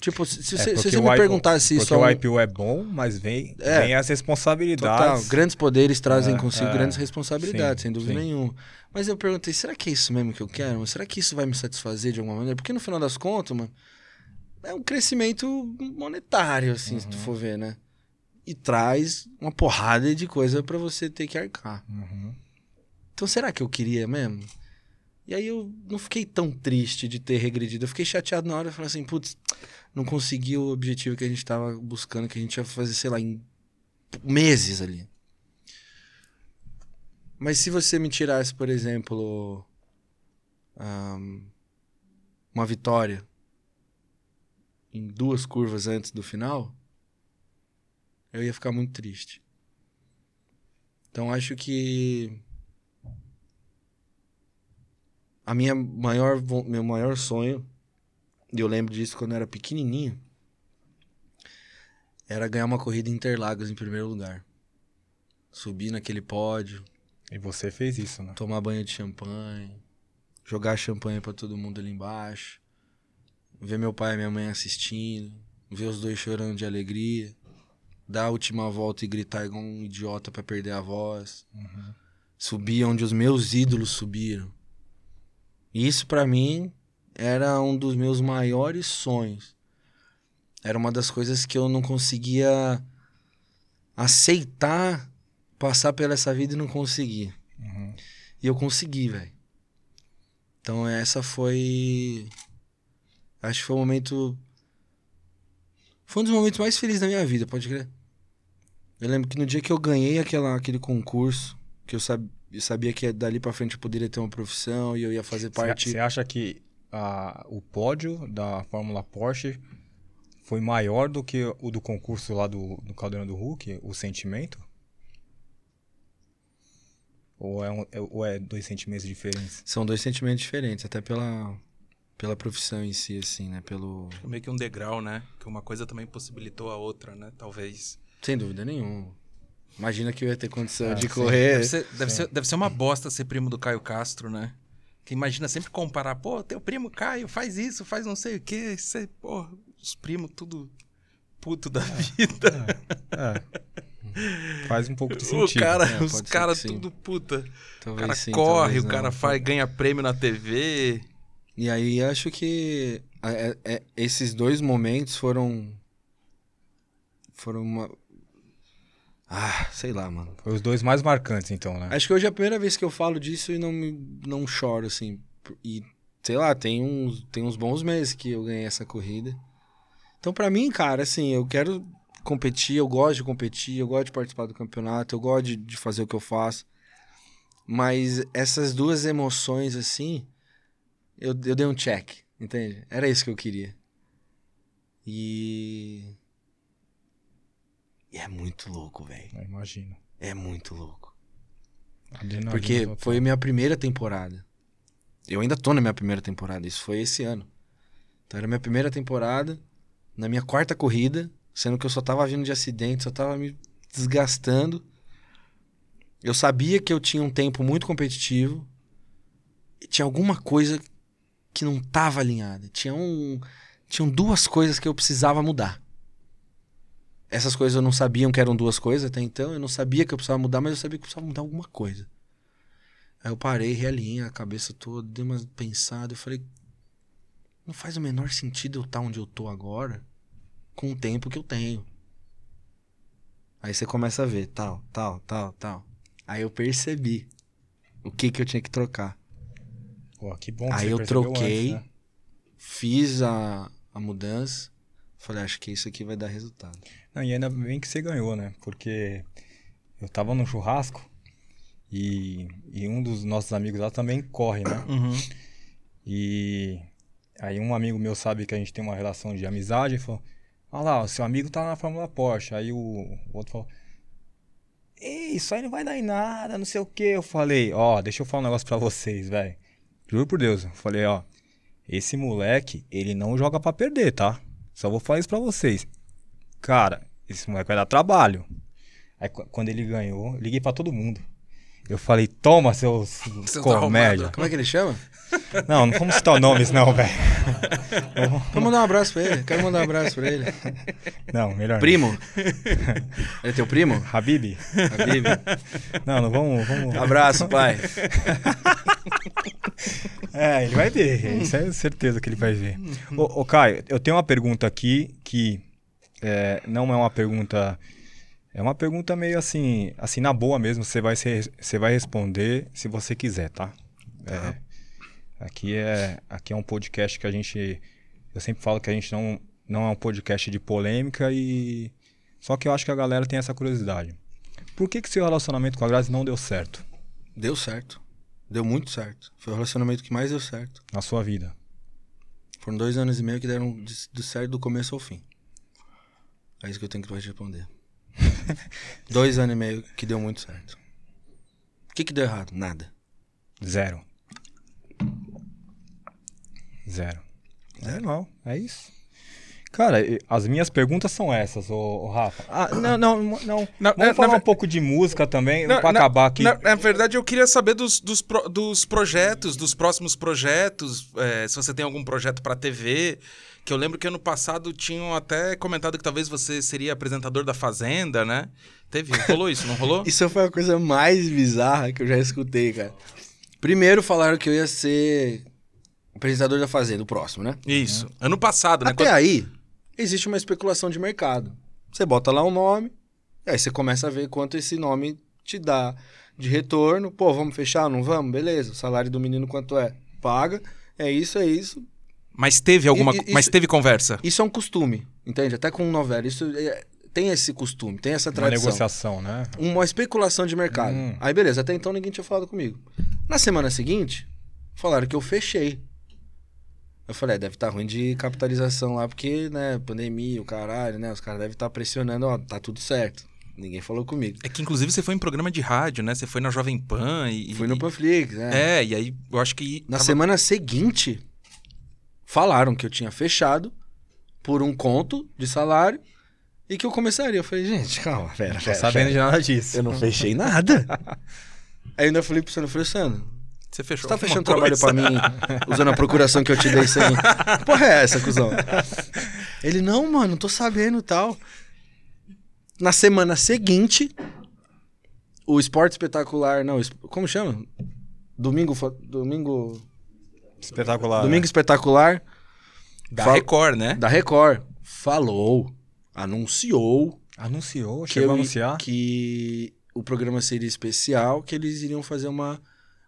Tipo, se, se,
É,
você- se
porque
você
o
me
I-
perguntasse isso
Porque
há
o
um-
IPO é bom, mas vem,
É.
vem as
Total,
responsabilidades.
grandes poderes trazem
É,
consigo
é,
grandes responsabilidades,
sim,
sem dúvida
sim.
nenhuma. Mas eu perguntei, será que é isso mesmo que eu quero? mano? Será que isso vai me satisfazer de alguma maneira? Porque no final das contas, mano, é um crescimento monetário, assim, se tu
Uhum.
for ver, né? E traz uma porrada de coisa pra você ter que arcar.
Uhum.
Então será que eu queria mesmo? E aí eu não fiquei tão triste de ter regredido. Eu fiquei chateado na hora e falei assim, putz, não consegui o objetivo que a gente tava buscando, que a gente ia fazer, sei lá, em meses ali. Mas se você me tirasse, por exemplo, ahn, uma vitória em duas curvas antes do final, eu ia ficar muito triste. Então acho que a minha maior vo- meu maior sonho e eu lembro disso quando eu era pequenininho era ganhar uma corrida em Interlagos em primeiro lugar subir naquele pódio
E você fez isso, né?
tomar banho de champanhe jogar champanhe pra todo mundo ali embaixo ver meu pai e minha mãe assistindo ver os dois chorando de alegria dar a última volta e gritar igual um idiota pra perder a voz
Uhum.
subir onde os meus ídolos subiram. E Isso pra mim era um dos meus maiores sonhos. Era uma das coisas que eu não conseguia aceitar passar pela essa vida e não conseguir.
Uhum.
E eu consegui, velho. Então essa foi acho que foi o momento foi um dos momentos mais felizes da minha vida, pode crer. Eu lembro que no dia que eu ganhei aquela, aquele concurso, que eu, sab... eu sabia que dali pra frente eu poderia ter uma profissão e eu ia fazer parte.
Você acha que a- o pódio da Fórmula Porsche foi maior do que o do concurso lá do, do Caldeirão do Hulk? O sentimento? Ou é, um- é- ou é dois sentimentos diferentes?
São dois sentimentos diferentes, até pela, pela profissão em si, assim, né? Pelo.
Meio que um degrau, né? Que uma coisa também possibilitou a outra, né? Talvez.
Sem dúvida nenhuma. Imagina que eu ia ter condição
Ah,
de
sim.
correr.
Deve ser, deve, ser, deve ser uma bosta ser primo do Caio Castro, né? Que imagina sempre comparar, pô, teu primo Caio faz isso, faz não sei o quê, você, pô, os primos tudo puto da vida.
É. Faz um pouco de
o
sentido.
cara,
É,
os
pode ser
caras
que sim.
tudo puta. O
Talvez
cara
sim,
corre,
talvez
o cara
não.
faz, ganha prêmio na TV.
E aí acho que é, é, esses dois momentos foram. Foram uma. Ah, sei lá, mano.
Foi os dois mais marcantes, então, né?
Acho que hoje é a primeira vez que eu falo disso e não, me- não choro, assim. E, sei lá, tem uns, tem uns bons meses que eu ganhei essa corrida. Então, pra mim, cara, assim, eu quero competir, eu gosto de competir, eu gosto de participar do campeonato, eu gosto de, de fazer o que eu faço. Mas essas duas emoções, assim, eu, eu dei um check, entende? Era isso que eu queria. E. E é muito louco, velho.
Eu imagino.
É muito louco.
Adrenalina
Porque
total.
foi minha primeira temporada. Eu ainda tô na minha primeira temporada, isso foi esse ano. Então era minha primeira temporada, na minha quarta corrida, sendo que eu só tava vindo de acidente, só tava me desgastando. Eu sabia que eu tinha um tempo muito competitivo. E tinha alguma coisa que não tava alinhada. Tinha um, tinham duas coisas que eu precisava mudar. Essas coisas eu não sabia que eram duas coisas até então. Eu não sabia que eu precisava mudar, mas eu sabia que eu precisava mudar alguma coisa. Aí eu parei, realinhei a cabeça toda, dei uma pensada. Eu falei: não faz o menor sentido eu estar onde eu tô agora com o tempo que eu tenho. Aí você começa a ver tal, tal, tal, tal. Aí eu percebi o que, que eu tinha que trocar.
Pô, que bom que
Aí
você
eu
percebeu
troquei.
antes, né?
Fiz a, a mudança. Falei, acho que isso aqui vai dar resultado.
Não, e ainda bem que você ganhou, né? Porque eu tava num churrasco e, e um dos nossos amigos lá também corre, né?
Uhum.
E aí um amigo meu sabe que a gente tem uma relação de amizade e falou: Ah lá, o seu amigo tá na Fórmula Porsche. Aí o, o outro falou: Ei, isso aí não vai dar em nada, não sei o que. Eu falei, ó, deixa eu falar um negócio pra vocês, velho. Juro por Deus, eu falei, ó, esse moleque, ele não joga pra perder, tá? Só vou falar isso pra vocês. Cara, esse moleque vai dar trabalho. Aí qu- quando ele ganhou, eu liguei pra todo mundo. Eu falei, toma, seus
Seus
comédia.
arrombados.
Como é que ele chama?
Não, não vamos citar nomes, não, velho.
Vou mandar um abraço pra ele. Quero mandar um abraço pra ele.
Não, melhor. não.
Primo? Ele é teu primo?
Habib?
Habib?
Não, não vamos. vamos...
Abraço, pai.
É, ele vai ver. Isso é certeza que ele vai ver. Ô, ô, Caio, eu tenho uma pergunta aqui que é, não é uma pergunta. É uma pergunta meio assim, assim, na boa mesmo. Você vai, se- você vai responder se você quiser, tá? É, aqui, é, aqui é um podcast que a gente. Eu sempre falo que a gente não, não é um podcast de polêmica e. Só que eu acho que a galera tem essa curiosidade. Por que, que seu relacionamento com a Grazi não deu certo
Deu certo. Deu muito certo. Foi o relacionamento que mais deu certo.
na sua vida?
Foram dois anos e meio que deram de- do certo do começo ao fim. É isso que eu tenho que responder. dois anos e meio que deu muito certo. O que, que deu errado? Nada.
Zero. Zero. É normal, é isso. Cara, e- as minhas perguntas são essas, ô, ô Rafa. Ah, não, não, não.
Na-
Vamos
é, na-
falar
na-
um pouco de música também,
Na-
pra
na-
acabar aqui.
Na, na verdade, eu queria saber dos, dos, pro- dos projetos, dos próximos projetos, é, se você tem algum projeto pra TV. Que eu lembro que ano passado tinham até comentado que talvez você seria apresentador da Fazenda, né? Teve, rolou isso, não rolou?
Isso foi a coisa mais bizarra que eu já escutei, cara. Primeiro falaram que eu ia ser apresentador da Fazenda, o próximo, né?
Isso. Ano passado, né?
Até aí, existe uma especulação de mercado. Você bota lá um nome, e aí você começa a ver quanto esse nome te dá de retorno. Pô, vamos fechar? Não vamos? Beleza. O salário do menino quanto é? Paga. É isso, é isso.
Mas teve alguma.
E- e-
Mas
isso-
teve conversa.
Isso é um costume, entende? Até com novela. Isso é- tem esse costume, tem essa
Uma
tradição
negociação, né?
uma especulação de mercado.
Hum.
Aí, beleza, até então ninguém tinha falado comigo. Na semana seguinte, falaram que eu fechei. Eu falei, é, deve estar ruim de capitalização lá, porque, né, pandemia, o caralho, né? Os caras devem estar pressionando, ó, tá tudo certo. Ninguém falou comigo.
É que inclusive você foi em programa de rádio, né? Você foi na Jovem Pan e.
Fui no Panflix, né?
É, e aí eu acho que.
Na
tava-
semana seguinte, falaram que eu tinha fechado por um conto de salário E que eu começaria. Eu falei, gente, calma, pera,
Não tô
pera.
sabendo de nada disso.
Eu não fechei nada. Aí eu ainda falei pro Sandro, eu falei, Sandro,
Você fechou
você tá
alguma
fechando trabalho
coisa?
pra mim, usando a procuração que eu te dei sem. Porra, é essa, cuzão? Ele, não, mano, tô sabendo e tal. Na semana seguinte, o Esporte Espetacular. Não, es- como chama? Domingo. fo- Domingo.
Espetacular.
Domingo Espetacular
Da
Fala-
Record, né?
da Record. Falou. Anunciou
né? Anunciou,
que,
chegou a
eu-
anunciar.
que o programa seria especial, que eles iriam fazer uma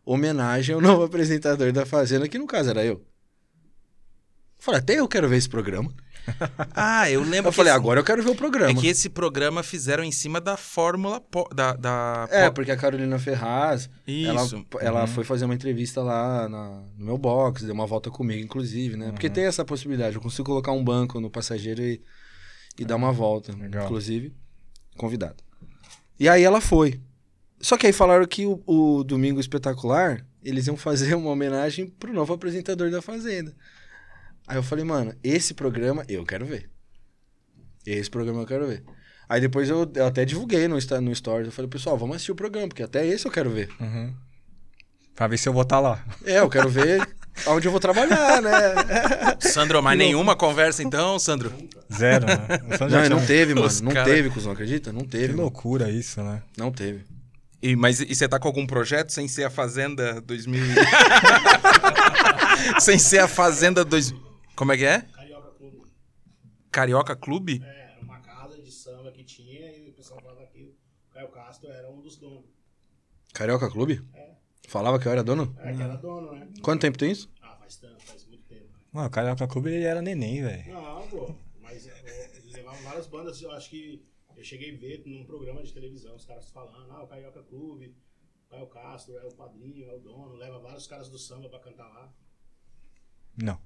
homenagem ao novo apresentador da Fazenda, que no caso era eu. Falei, até eu quero ver esse
É
programa.
Ah, eu lembro
Eu falei,
assim,
esse-
agora eu quero ver o programa.
É que esse programa fizeram em cima da fórmula po- da, da
É,
pop.
porque a Carolina Ferraz,
Isso.
ela, ela
Uhum.
foi fazer uma entrevista lá na- no meu box, deu uma volta comigo, inclusive, né?
Uhum.
Porque tem essa possibilidade, eu consigo colocar um banco no passageiro e, e dar uma volta,
Uhum. Legal.
inclusive, convidado. E aí ela foi. Só que aí falaram que o, o Domingo Espetacular, eles iam fazer uma homenagem pro novo apresentador da Fazenda. Aí eu falei, mano, esse programa eu quero ver. Esse programa eu quero ver. Aí depois eu, eu até divulguei no, Insta- no Stories. Eu falei, pessoal, vamos assistir o programa, porque até esse eu quero ver.
Uhum. Pra ver se eu vou estar lá.
É, eu quero ver onde eu vou trabalhar, né?
Sandro, mas nenhuma conversa então, Sandro?
Zero, né? O Santos já
Não, e
tinha-
não teve,
Então
mano.
Os
Não
cara-
teve, cuzão, acredita? Não
Que
teve, mano.
loucura isso, né?
Não teve.
E, mas e você tá com algum projeto sem ser a Fazenda 2000? sem ser a Fazenda 2000. Como é que é?
Carioca Clube.
Carioca Clube?
É, era uma casa de samba que tinha e o pessoal falava que o Caio Castro era um dos donos.
Carioca Clube? Falava que eu era dono?
É, que era dono, né?
Quanto tempo tem isso?
Ah, faz tanto, faz muito tempo. né?
Mano, o Carioca Clube ele era neném, velho.
Não, pô, mas é, é, eles levavam várias bandas, eu acho que eu cheguei a ver num programa de televisão os caras falando, ah, o Carioca Clube, o Caio Castro é o padrinho, é o dono, leva vários caras do samba pra cantar lá.
Não.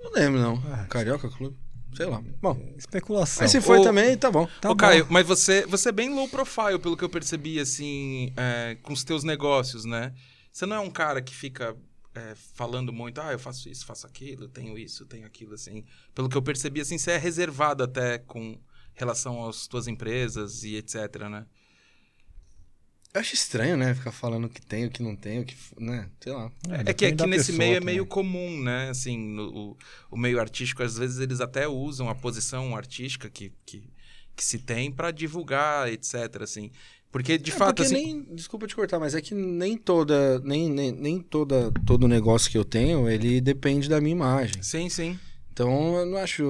Não lembro, não.
Ah,
Carioca Clube? Sei lá. Bom,
Especulação. É,
mas se foi
Ô-
também, tá bom.
Tá
Ô,
bom.
Caio, mas você, você é bem low profile, pelo que eu percebi, assim, é, com os teus negócios, né? Você não é um cara que fica é, falando muito, ah, eu faço isso, faço aquilo, tenho isso, tenho aquilo, assim. Pelo que eu percebi, assim, você é reservado até com relação às tuas empresas e etc, né?
Eu acho estranho, né? Ficar falando o que tem, o que não tem, o que... f- Né? Sei lá.
É que
depende da
aqui nesse
pessoa
meio é
também.
meio comum, né? Assim, no- o, o meio artístico, às vezes eles até usam a posição artística que, que, que se tem pra divulgar, etc, assim. Porque, de
É,
fato, assim...
porque nem, desculpa te cortar, mas é que nem toda, nem, nem, nem toda, todo negócio que eu tenho, ele depende da minha imagem.
Sim, sim.
Então, eu não acho,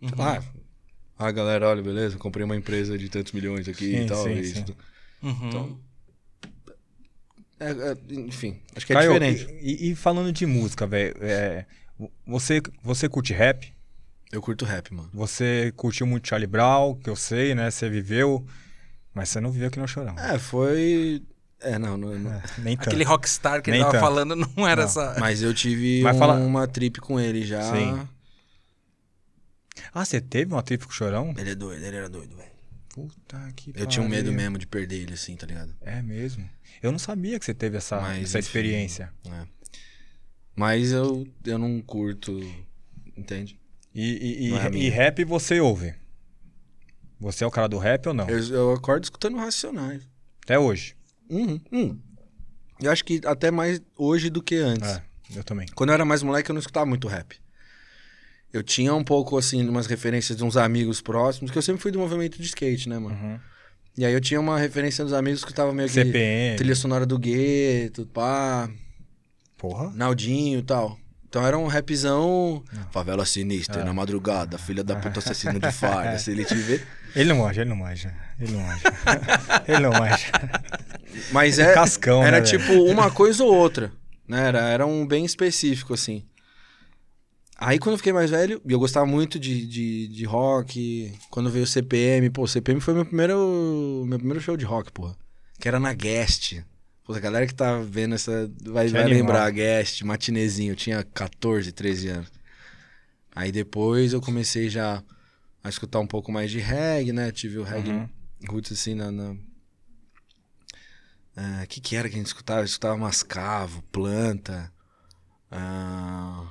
Uhum.
ah, ah, galera, olha, beleza, comprei uma empresa de tantos milhões aqui
Sim,
e tal,
sim,
e isso
sim.
tudo.
Uhum.
Então, É, é, enfim, acho que é
Caio,
diferente.
E, e falando de música, velho, é, você, você curte rap?
Eu curto rap, mano.
Você curtiu muito Charlie Brown, que eu sei, né? Você viveu, mas você não viveu aqui no Chorão.
É, foi... É, não, não, não.
É, nem tanto.
Aquele rockstar que ele
Nem
tava
tanto.
falando não era
Não.
essa.
Mas eu tive
Mas fala-
uma trip com ele já.
Sim. Ah, você teve uma trip com o Chorão?
Ele é doido, ele era doido, velho.
Puta que
Eu tinha um
pariu.
medo mesmo de perder ele, assim, tá ligado?
É mesmo. Eu não sabia que você teve essa,
Mas,
Tá, essa
enfim. é.
experiência.
Mas eu, eu não curto, entende?
E, e- e-
Não é a
e
minha.
rap você ouve? Você é o cara do rap ou não?
Eu, eu acordo escutando Racionais.
Até hoje.
Uhum, uhum. Eu acho que até mais hoje do que antes.
É, eu também.
Quando eu era mais moleque, eu não escutava muito rap. Eu tinha um pouco, assim, umas referências de uns amigos próximos, que eu sempre fui do movimento de skate, né, mano?
Uhum.
E aí eu tinha uma referência dos amigos que escutava meio que
CPM.
trilha sonora do gueto, pá,
Porra.
Naldinho e tal. Então era um rapzão. Favela sinistra, na madrugada, filha da puta assassino de farda, se ele te ver.
Ele não manja, ele não manja. Ele não manja. ele não manja.
Mas é,
Cascão,
era
né, velho?
tipo uma coisa ou outra. Né? Era, era um bem específico, assim. Aí quando eu fiquei mais velho, e eu gostava muito de, de, de rock, quando veio o CPM, pô, o CPM foi meu primeiro, meu primeiro show de rock, porra. Que era na Guest. Pô, a galera que tá vendo essa vai,
Que
vai
animal.
lembrar, a Guest, matinezinho, eu tinha 14, 13 anos. Aí depois eu comecei já a escutar um pouco mais de reggae, né? Tive o reggae
Uhum.
roots assim na. na- Ah, que que era que a gente escutava? Eu escutava Mascavo, Planta. ah,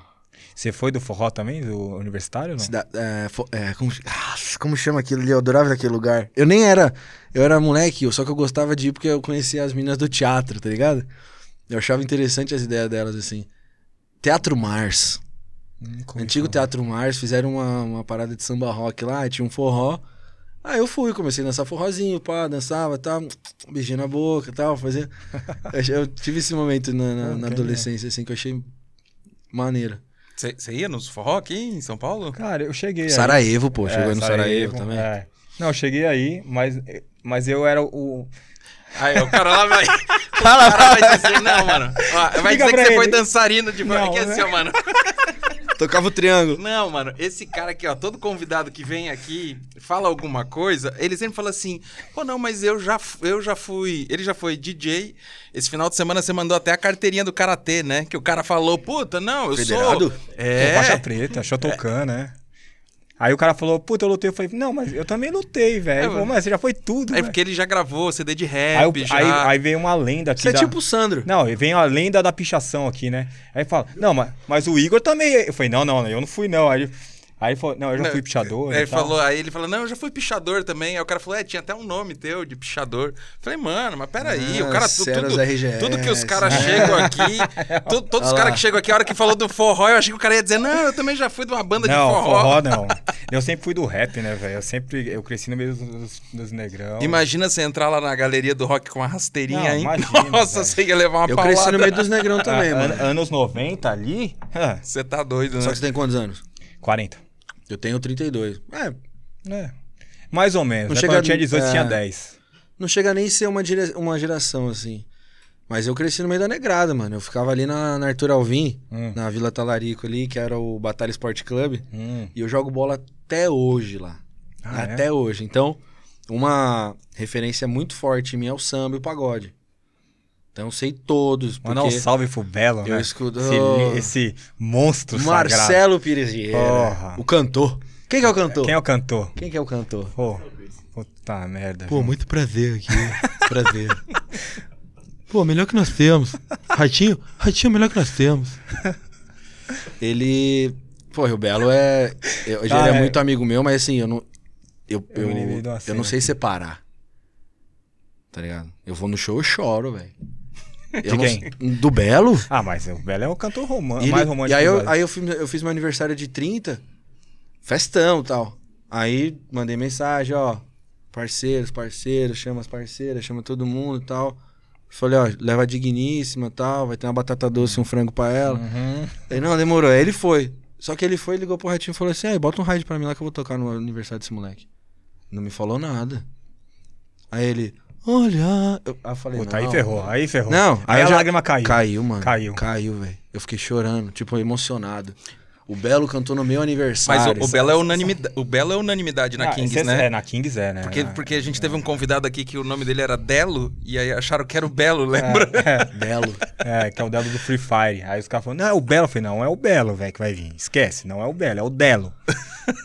Você foi do forró também, do universitário? Não?
Cida- é, fo- é, como, ah, como chama aquilo ali? Eu adorava aquele lugar. Eu nem era. Eu era moleque, eu- só que eu gostava de ir porque eu conhecia as meninas do teatro, tá ligado? Eu achava interessante as ideias delas, assim. Teatro Mars.
Hum, como
Antigo
que é?
Teatro Mars, fizeram uma, uma parada de samba rock lá, e tinha um forró. Aí eu fui, comecei a dançar forrozinho, pá, dançava e tal, beijinho na boca e tal, fazia. Eu achei- Eu tive esse momento na, na-
Pô,
na
que
adolescência, assim, que eu achei maneiro.
Você você ia nos forró aqui em São Paulo?
Cara, eu cheguei. aí.
Sarajevo, pô,
É,
chegou aí no Sarajevo, também.
é. Não, eu cheguei aí, mas, mas eu era o.
Aí o cara lá vai. O cara vai dizer, não, mano. Ó, vai
Liga
dizer que
pra
você
ele.
foi dançarino de
Não,
que é
né?
assim, ó, mano.
Tocava o triângulo.
Não, mano, esse cara aqui, ó, todo convidado que vem aqui, fala alguma coisa, ele sempre fala assim: pô, não, mas eu já, fu- eu já fui. Ele já foi DJ. Esse final de semana você mandou até a carteirinha do Karatê, né? Que o cara falou: puta, não, eu
Federado?
sou.
É. Faixa
É.
preta, Shotokan, né? Aí o cara falou, puta, eu lutei. Eu falei, não, mas eu também lutei, velho.
É,
Ele falou,
mano.
Mas você já foi tudo,
É
velho."
porque ele já gravou CD de
Aí, eu-
rap, já.
aí, aí veio uma lenda aqui.
Você é
da-
tipo o Sandro.
Não, e vem a lenda da pichação aqui, né? Aí fala, não, mas, mas o Igor também. Eu falei, não, não, eu não fui, não. Aí, ele- aí ele falou, não, eu já
Não,
fui pichador.
Aí
e
ele
tal.
falou, aí ele falou, não, eu já fui pichador também. Aí o cara falou, é, tinha até um nome teu de pichador. Falei, mano, mas peraí,
Ah,
o cara. tu-
você era
Tudo,
os RGS,
tudo que os caras
né?
chegam aqui, tu- todos os
Olha lá.
caras que chegam aqui, a hora que falou do forró, eu achei que o cara ia dizer, não, eu também já fui de uma banda
não,
de forró.
não. Eu sempre fui do rap, né, velho? Eu sempre. Eu cresci no meio dos, dos negrão.
Imagina você entrar lá na galeria do rock com uma rasteirinha,
Não,
hein?
imagina,
Nossa,
velho.
você ia levar uma
Eu
paulada.
cresci no meio dos negrão
Ah,
também,
an-
mano.
anos 90 ali? ah,
Você tá doido, né?
Só que você tem quantos anos?
40.
Eu tenho 32. É,
É. Mais ou menos.
Não
Né?
chega-
Quando eu tinha 18,
é.
tinha 10.
não chega nem a ser uma, dire- uma geração, assim. Mas eu cresci no meio da negrada, mano. Eu ficava ali na, na Arthur Alvim,
Hum.
na Vila Talarico ali, que era o Batalha Esporte Clube.
Hum.
E eu jogo bola até hoje lá.
Ah, é?
até hoje. Então, uma referência muito forte em mim é o samba e o pagode. Então, eu sei todos. Porque
Mandar um salve pro Belo,
eu
né?
escuto...
Esse, esse monstro sagrado.
Marcelo Pires Vieira,
Porra.
o cantor. Quem que é o cantor?
Quem é o cantor?
Quem que é o cantor?
Pô, puta merda.
Pô, muito prazer aqui. Prazer. Pô, melhor que nós temos. Ratinho, Ratinho é o melhor que nós temos.
Ele. Pô, o Belo é. eu- ele
Ah,
é,
é.
muito amigo meu, mas assim, eu não. Eu,
Eu
eu,
me lembrei
eu,
de uma cena
não sei separar. Tá ligado? Eu vou no show, eu choro, velho. Eu não-
quem?
Do Belo?
Ah, mas o Belo é o cantor romano,
E, ele-
mais romântico.
e aí,
do
eu,
Brasil.
aí eu, fiz, eu fiz meu aniversário de 30, festão e tal. Aí mandei mensagem, ó. Parceiros, parceiros, chama as parceiras, chama todo mundo e tal. Falei, ó, leva a digníssima e tal, vai ter uma batata doce e um frango pra ela.
Uhum.
Ele, não, demorou. Aí ele foi. Só que ele foi, ligou pro Ratinho e falou assim, aí, bota um rádio pra mim lá que eu vou tocar no aniversário desse moleque. Não me falou nada. Aí ele, olha... Eu, aí eu falei,
Puta,
não.
aí ferrou, aí ferrou.
Não,
aí,
eu
a
já-
lágrima caiu.
Caiu, mano.
Caiu.
Caiu, velho. Eu fiquei chorando, tipo, emocionado. O Belo cantou no meu
Mas
aniversário.
o, o Belo é unanimidade, o Belo é unanimidade
Ah,
na Kings,
esse é-
né?
É, na Kings é, né?
Porque,
Ah,
porque a gente teve um convidado aqui que o nome dele era Delo, e aí acharam que era o Belo, lembra?
Belo.
Ah, É, que é o Delo do Free Fire. Aí os caras falam, não, é o Belo. Eu falei, não, é o Belo, velho, que vai vir. Esquece, não é o Belo, é o Delo.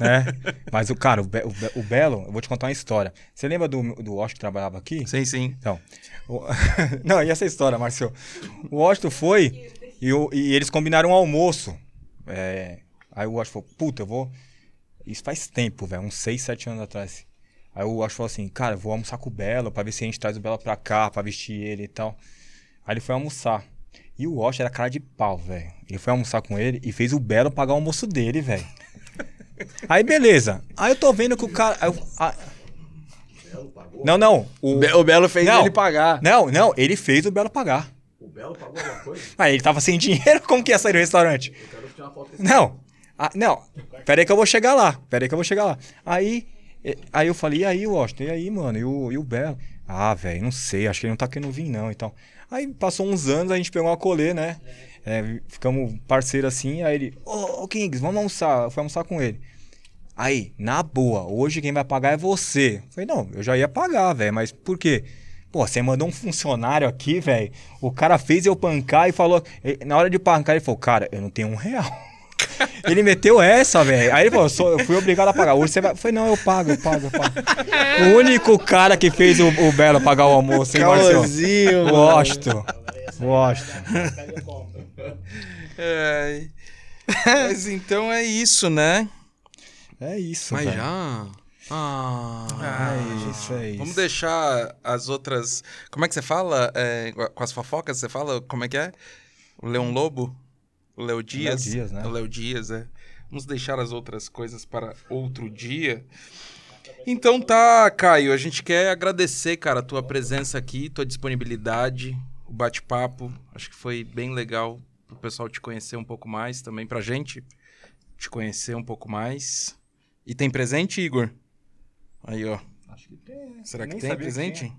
né? Mas o cara, o, Be- o Be- o Belo, eu vou te contar uma história. Você lembra do, do Washington que trabalhava aqui?
Sim, sim.
Então, o- não, e essa história, Marcelo? O Washington foi e, o- e eles combinaram um almoço. É, aí o Washington falou, puta, eu vou... Isso faz tempo, velho, uns 6, 7 anos atrás. Aí o Washington falou assim, cara, eu vou almoçar com o Belo pra ver se a gente traz o Belo pra cá, pra vestir ele e tal. Aí ele foi almoçar. E o Washington era cara de pau, velho. Ele foi almoçar com ele e fez o Belo pagar o almoço dele, velho. Aí beleza. Aí eu tô vendo que o cara... aí eu- ah-
Belo pagou?
não, não. O,
Be- o Belo fez
Não.
ele pagar.
não, não, ele fez o Belo pagar.
O Belo pagou alguma coisa?
Aí ele tava sem dinheiro, como que ia sair do restaurante?
Eu quero tirar uma foto desse
Não, ah, não, peraí que eu vou chegar lá, peraí que eu vou chegar lá. Aí, eh, aí eu falei, e aí, Washington, e aí, mano, e o, e o Belo? Ah, velho, não sei, acho que ele não tá querendo vir não e tal. Aí passou uns anos, a gente pegou uma colê, né? É, ficamos parceiro assim, aí ele, ô, ô Kings, vamos almoçar, eu fui almoçar com ele. Aí, na boa, hoje quem vai pagar é você. Eu falei, não, eu já ia pagar, velho, mas por quê? Pô, você mandou um funcionário aqui, velho. O cara fez eu pancar e falou. e- Na hora de pancar, ele falou, cara, eu não tenho um real. ele meteu essa, velho. Aí ele falou, "Sou- eu fui obrigado a pagar. Hoje você vai. Eu falei, não, eu pago, eu pago, eu pago. o único cara que fez o, o Belo pagar o almoço, hein, Marcelo?
Calzinho, mano.
Gosto. Gosto.
cara, cara, cara, cara, cara, cara, cara, cara, cara, cara, cara, cara, cara, cara, cara, cara,
É, Mas então é isso, né?
É
Então
isso,
Mas
velho.
já. Ah.
É isso, é isso.
Vamos deixar as outras. Como é que você fala? É, com as fofocas, você fala? Como é que é? O Leão Lobo? O Léo Dias?
Dias, né?
O Léo Dias, é. Vamos deixar as outras coisas para outro dia. Então tá, Caio, a gente quer agradecer, cara, a tua presença aqui, tua disponibilidade, o bate-papo. Acho que foi bem legal pro pessoal te conhecer um pouco mais também, pra gente te conhecer um pouco mais. E tem presente, Igor? Aí, ó.
Acho que tem, né?
Será que
Nem
tem
sabia
presente?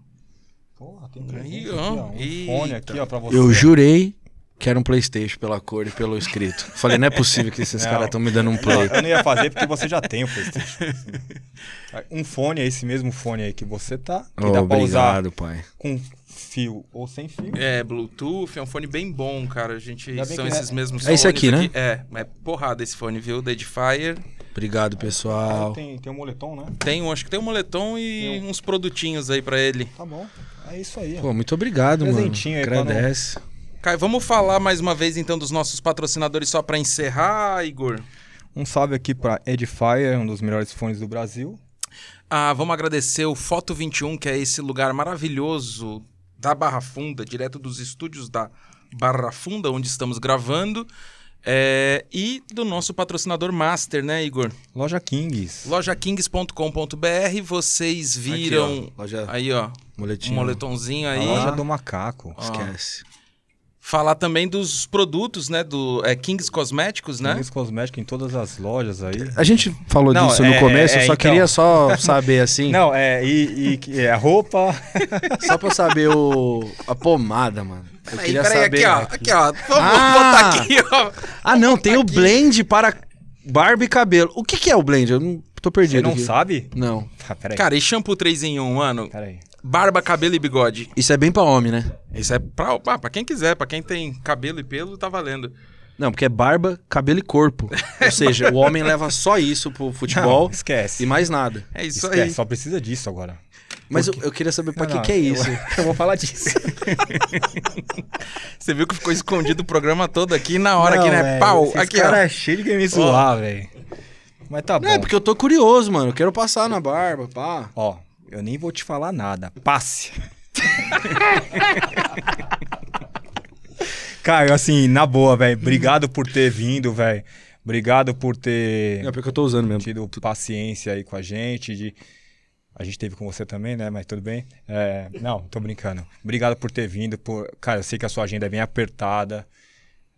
Porra, tem presente
Aí,
aqui,
ó.
ó. Um
Eita.
fone aqui, ó, pra você.
Eu jurei que era um Playstation pela cor e pelo escrito. Falei, não é possível que esses
Não.
caras estão me dando um
Não,
play.
eu não ia fazer porque você já tem o PlayStation. assim. Um fone, é esse mesmo fone aí que você tá, que dá pra usar
Oh, Obrigado, pai.
com fio ou sem fio.
É, Bluetooth, é um fone bem bom, cara. A gente
Ainda bem
são
que não é-
esses mesmos
É esse
fones
aqui, né?
É, é porrada esse fone, viu? Deadfire.
Obrigado, pessoal.
Tem, tem um moletom, né?
Tem, um, acho que tem um moletom e
um.
uns produtinhos aí pra ele.
Tá bom. É isso aí. ó.
Pô, muito obrigado, mano.
Presentinho aí pra não-
Agradece.
Caio, vamos falar mais uma vez então dos nossos patrocinadores só pra encerrar, Igor.
Um salve aqui pra Edifier, um dos melhores fones do Brasil.
Ah, vamos agradecer o Foto 21, que é esse lugar maravilhoso da Barra Funda, direto dos estúdios da Barra Funda, onde estamos gravando. É, e do nosso patrocinador Master, né, Igor?
Loja Kings.
lojakings.com.br, vocês viram
Aqui, ó, loja-
aí, ó, um
Moletinho.
moletomzinho
A
aí.
loja do macaco.
Esquece.
Falar também dos produtos, né, do é, Kings Cosméticos, né?
Kings Cosméticos em todas as lojas aí.
A gente falou
Não,
disso
é,
no começo,
é,
eu só
então.
queria só saber assim,
Não, é, e, e que- é, a roupa.
só pra eu saber o a pomada, mano. Eu
Peraí,
queria
peraí,
saber.
né,
aqui, ó, aqui, ó. Vamos
Ah!
botar aqui, ó.
Ah, não, tem o blend para barba e cabelo. O que que é o blend? Eu não tô
Você
perdido
não
aqui.
sabe?
Não.
Tá, peraí.
Cara, e shampoo 3 em 1, mano?
Peraí.
Barba, cabelo e bigode.
Isso é bem pra homem, né?
Isso é pra, ah, pra quem quiser, pra quem tem cabelo e pelo, tá valendo.
Não, porque é barba, cabelo e corpo. Ou seja, o homem leva só isso pro futebol
Não, esquece.
e mais nada.
É isso
Esquece,
aí.
Só precisa disso agora.
Mas eu, eu queria saber pra
Não,
que
não,
que é
eu-
isso.
Eu vou falar disso.
Você viu que ficou escondido o programa todo aqui na hora
Não,
aqui, né?
velho,
Pau,
esses
aqui,
cara
ó.
é cheio de game zoar, velho. Mas tá bom.
Não, é porque eu tô curioso, mano. Eu quero passar na barba, pá.
Ó, eu nem vou te falar nada. Passe. Caio, assim, na boa, velho. Obrigado por ter vindo, velho. Obrigado por ter
É porque eu tô usando mesmo.
tido paciência aí com a gente. de- A gente teve com você também, né? Mas tudo bem. É, Não, tô brincando. Obrigado por ter vindo. Por... Cara, eu sei que a sua agenda é bem apertada.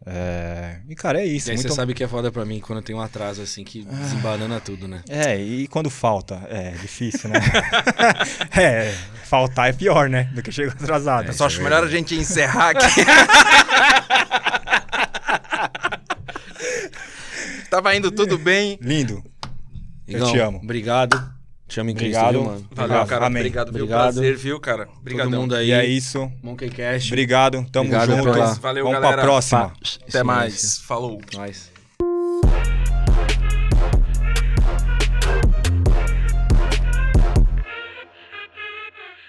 É, E, cara, é isso.
E aí
muito
você sabe que é foda pra mim quando tem um atraso assim que desembanana tudo, né?
É, e quando falta? É difícil, né? é, faltar é pior, né? Do que chegar atrasado.
Só acho melhor a gente encerrar aqui. Tava indo tudo bem.
Lindo.
Igão,
te amo.
Obrigado. Te amo em Cristo,
Obrigado.
viu, mano?
Valeu, cara.
Amém.
Obrigado, viu?
Obrigado.
Prazer, viu, cara?
Todo
Obrigadão.
mundo aí.
E é isso.
Monkey Cash.
Obrigado. Tamo
Obrigado
junto.
pela-
Vamos
Valeu,
pra
galera.
próxima.
Pá.
Até mais. Falou.
Nós.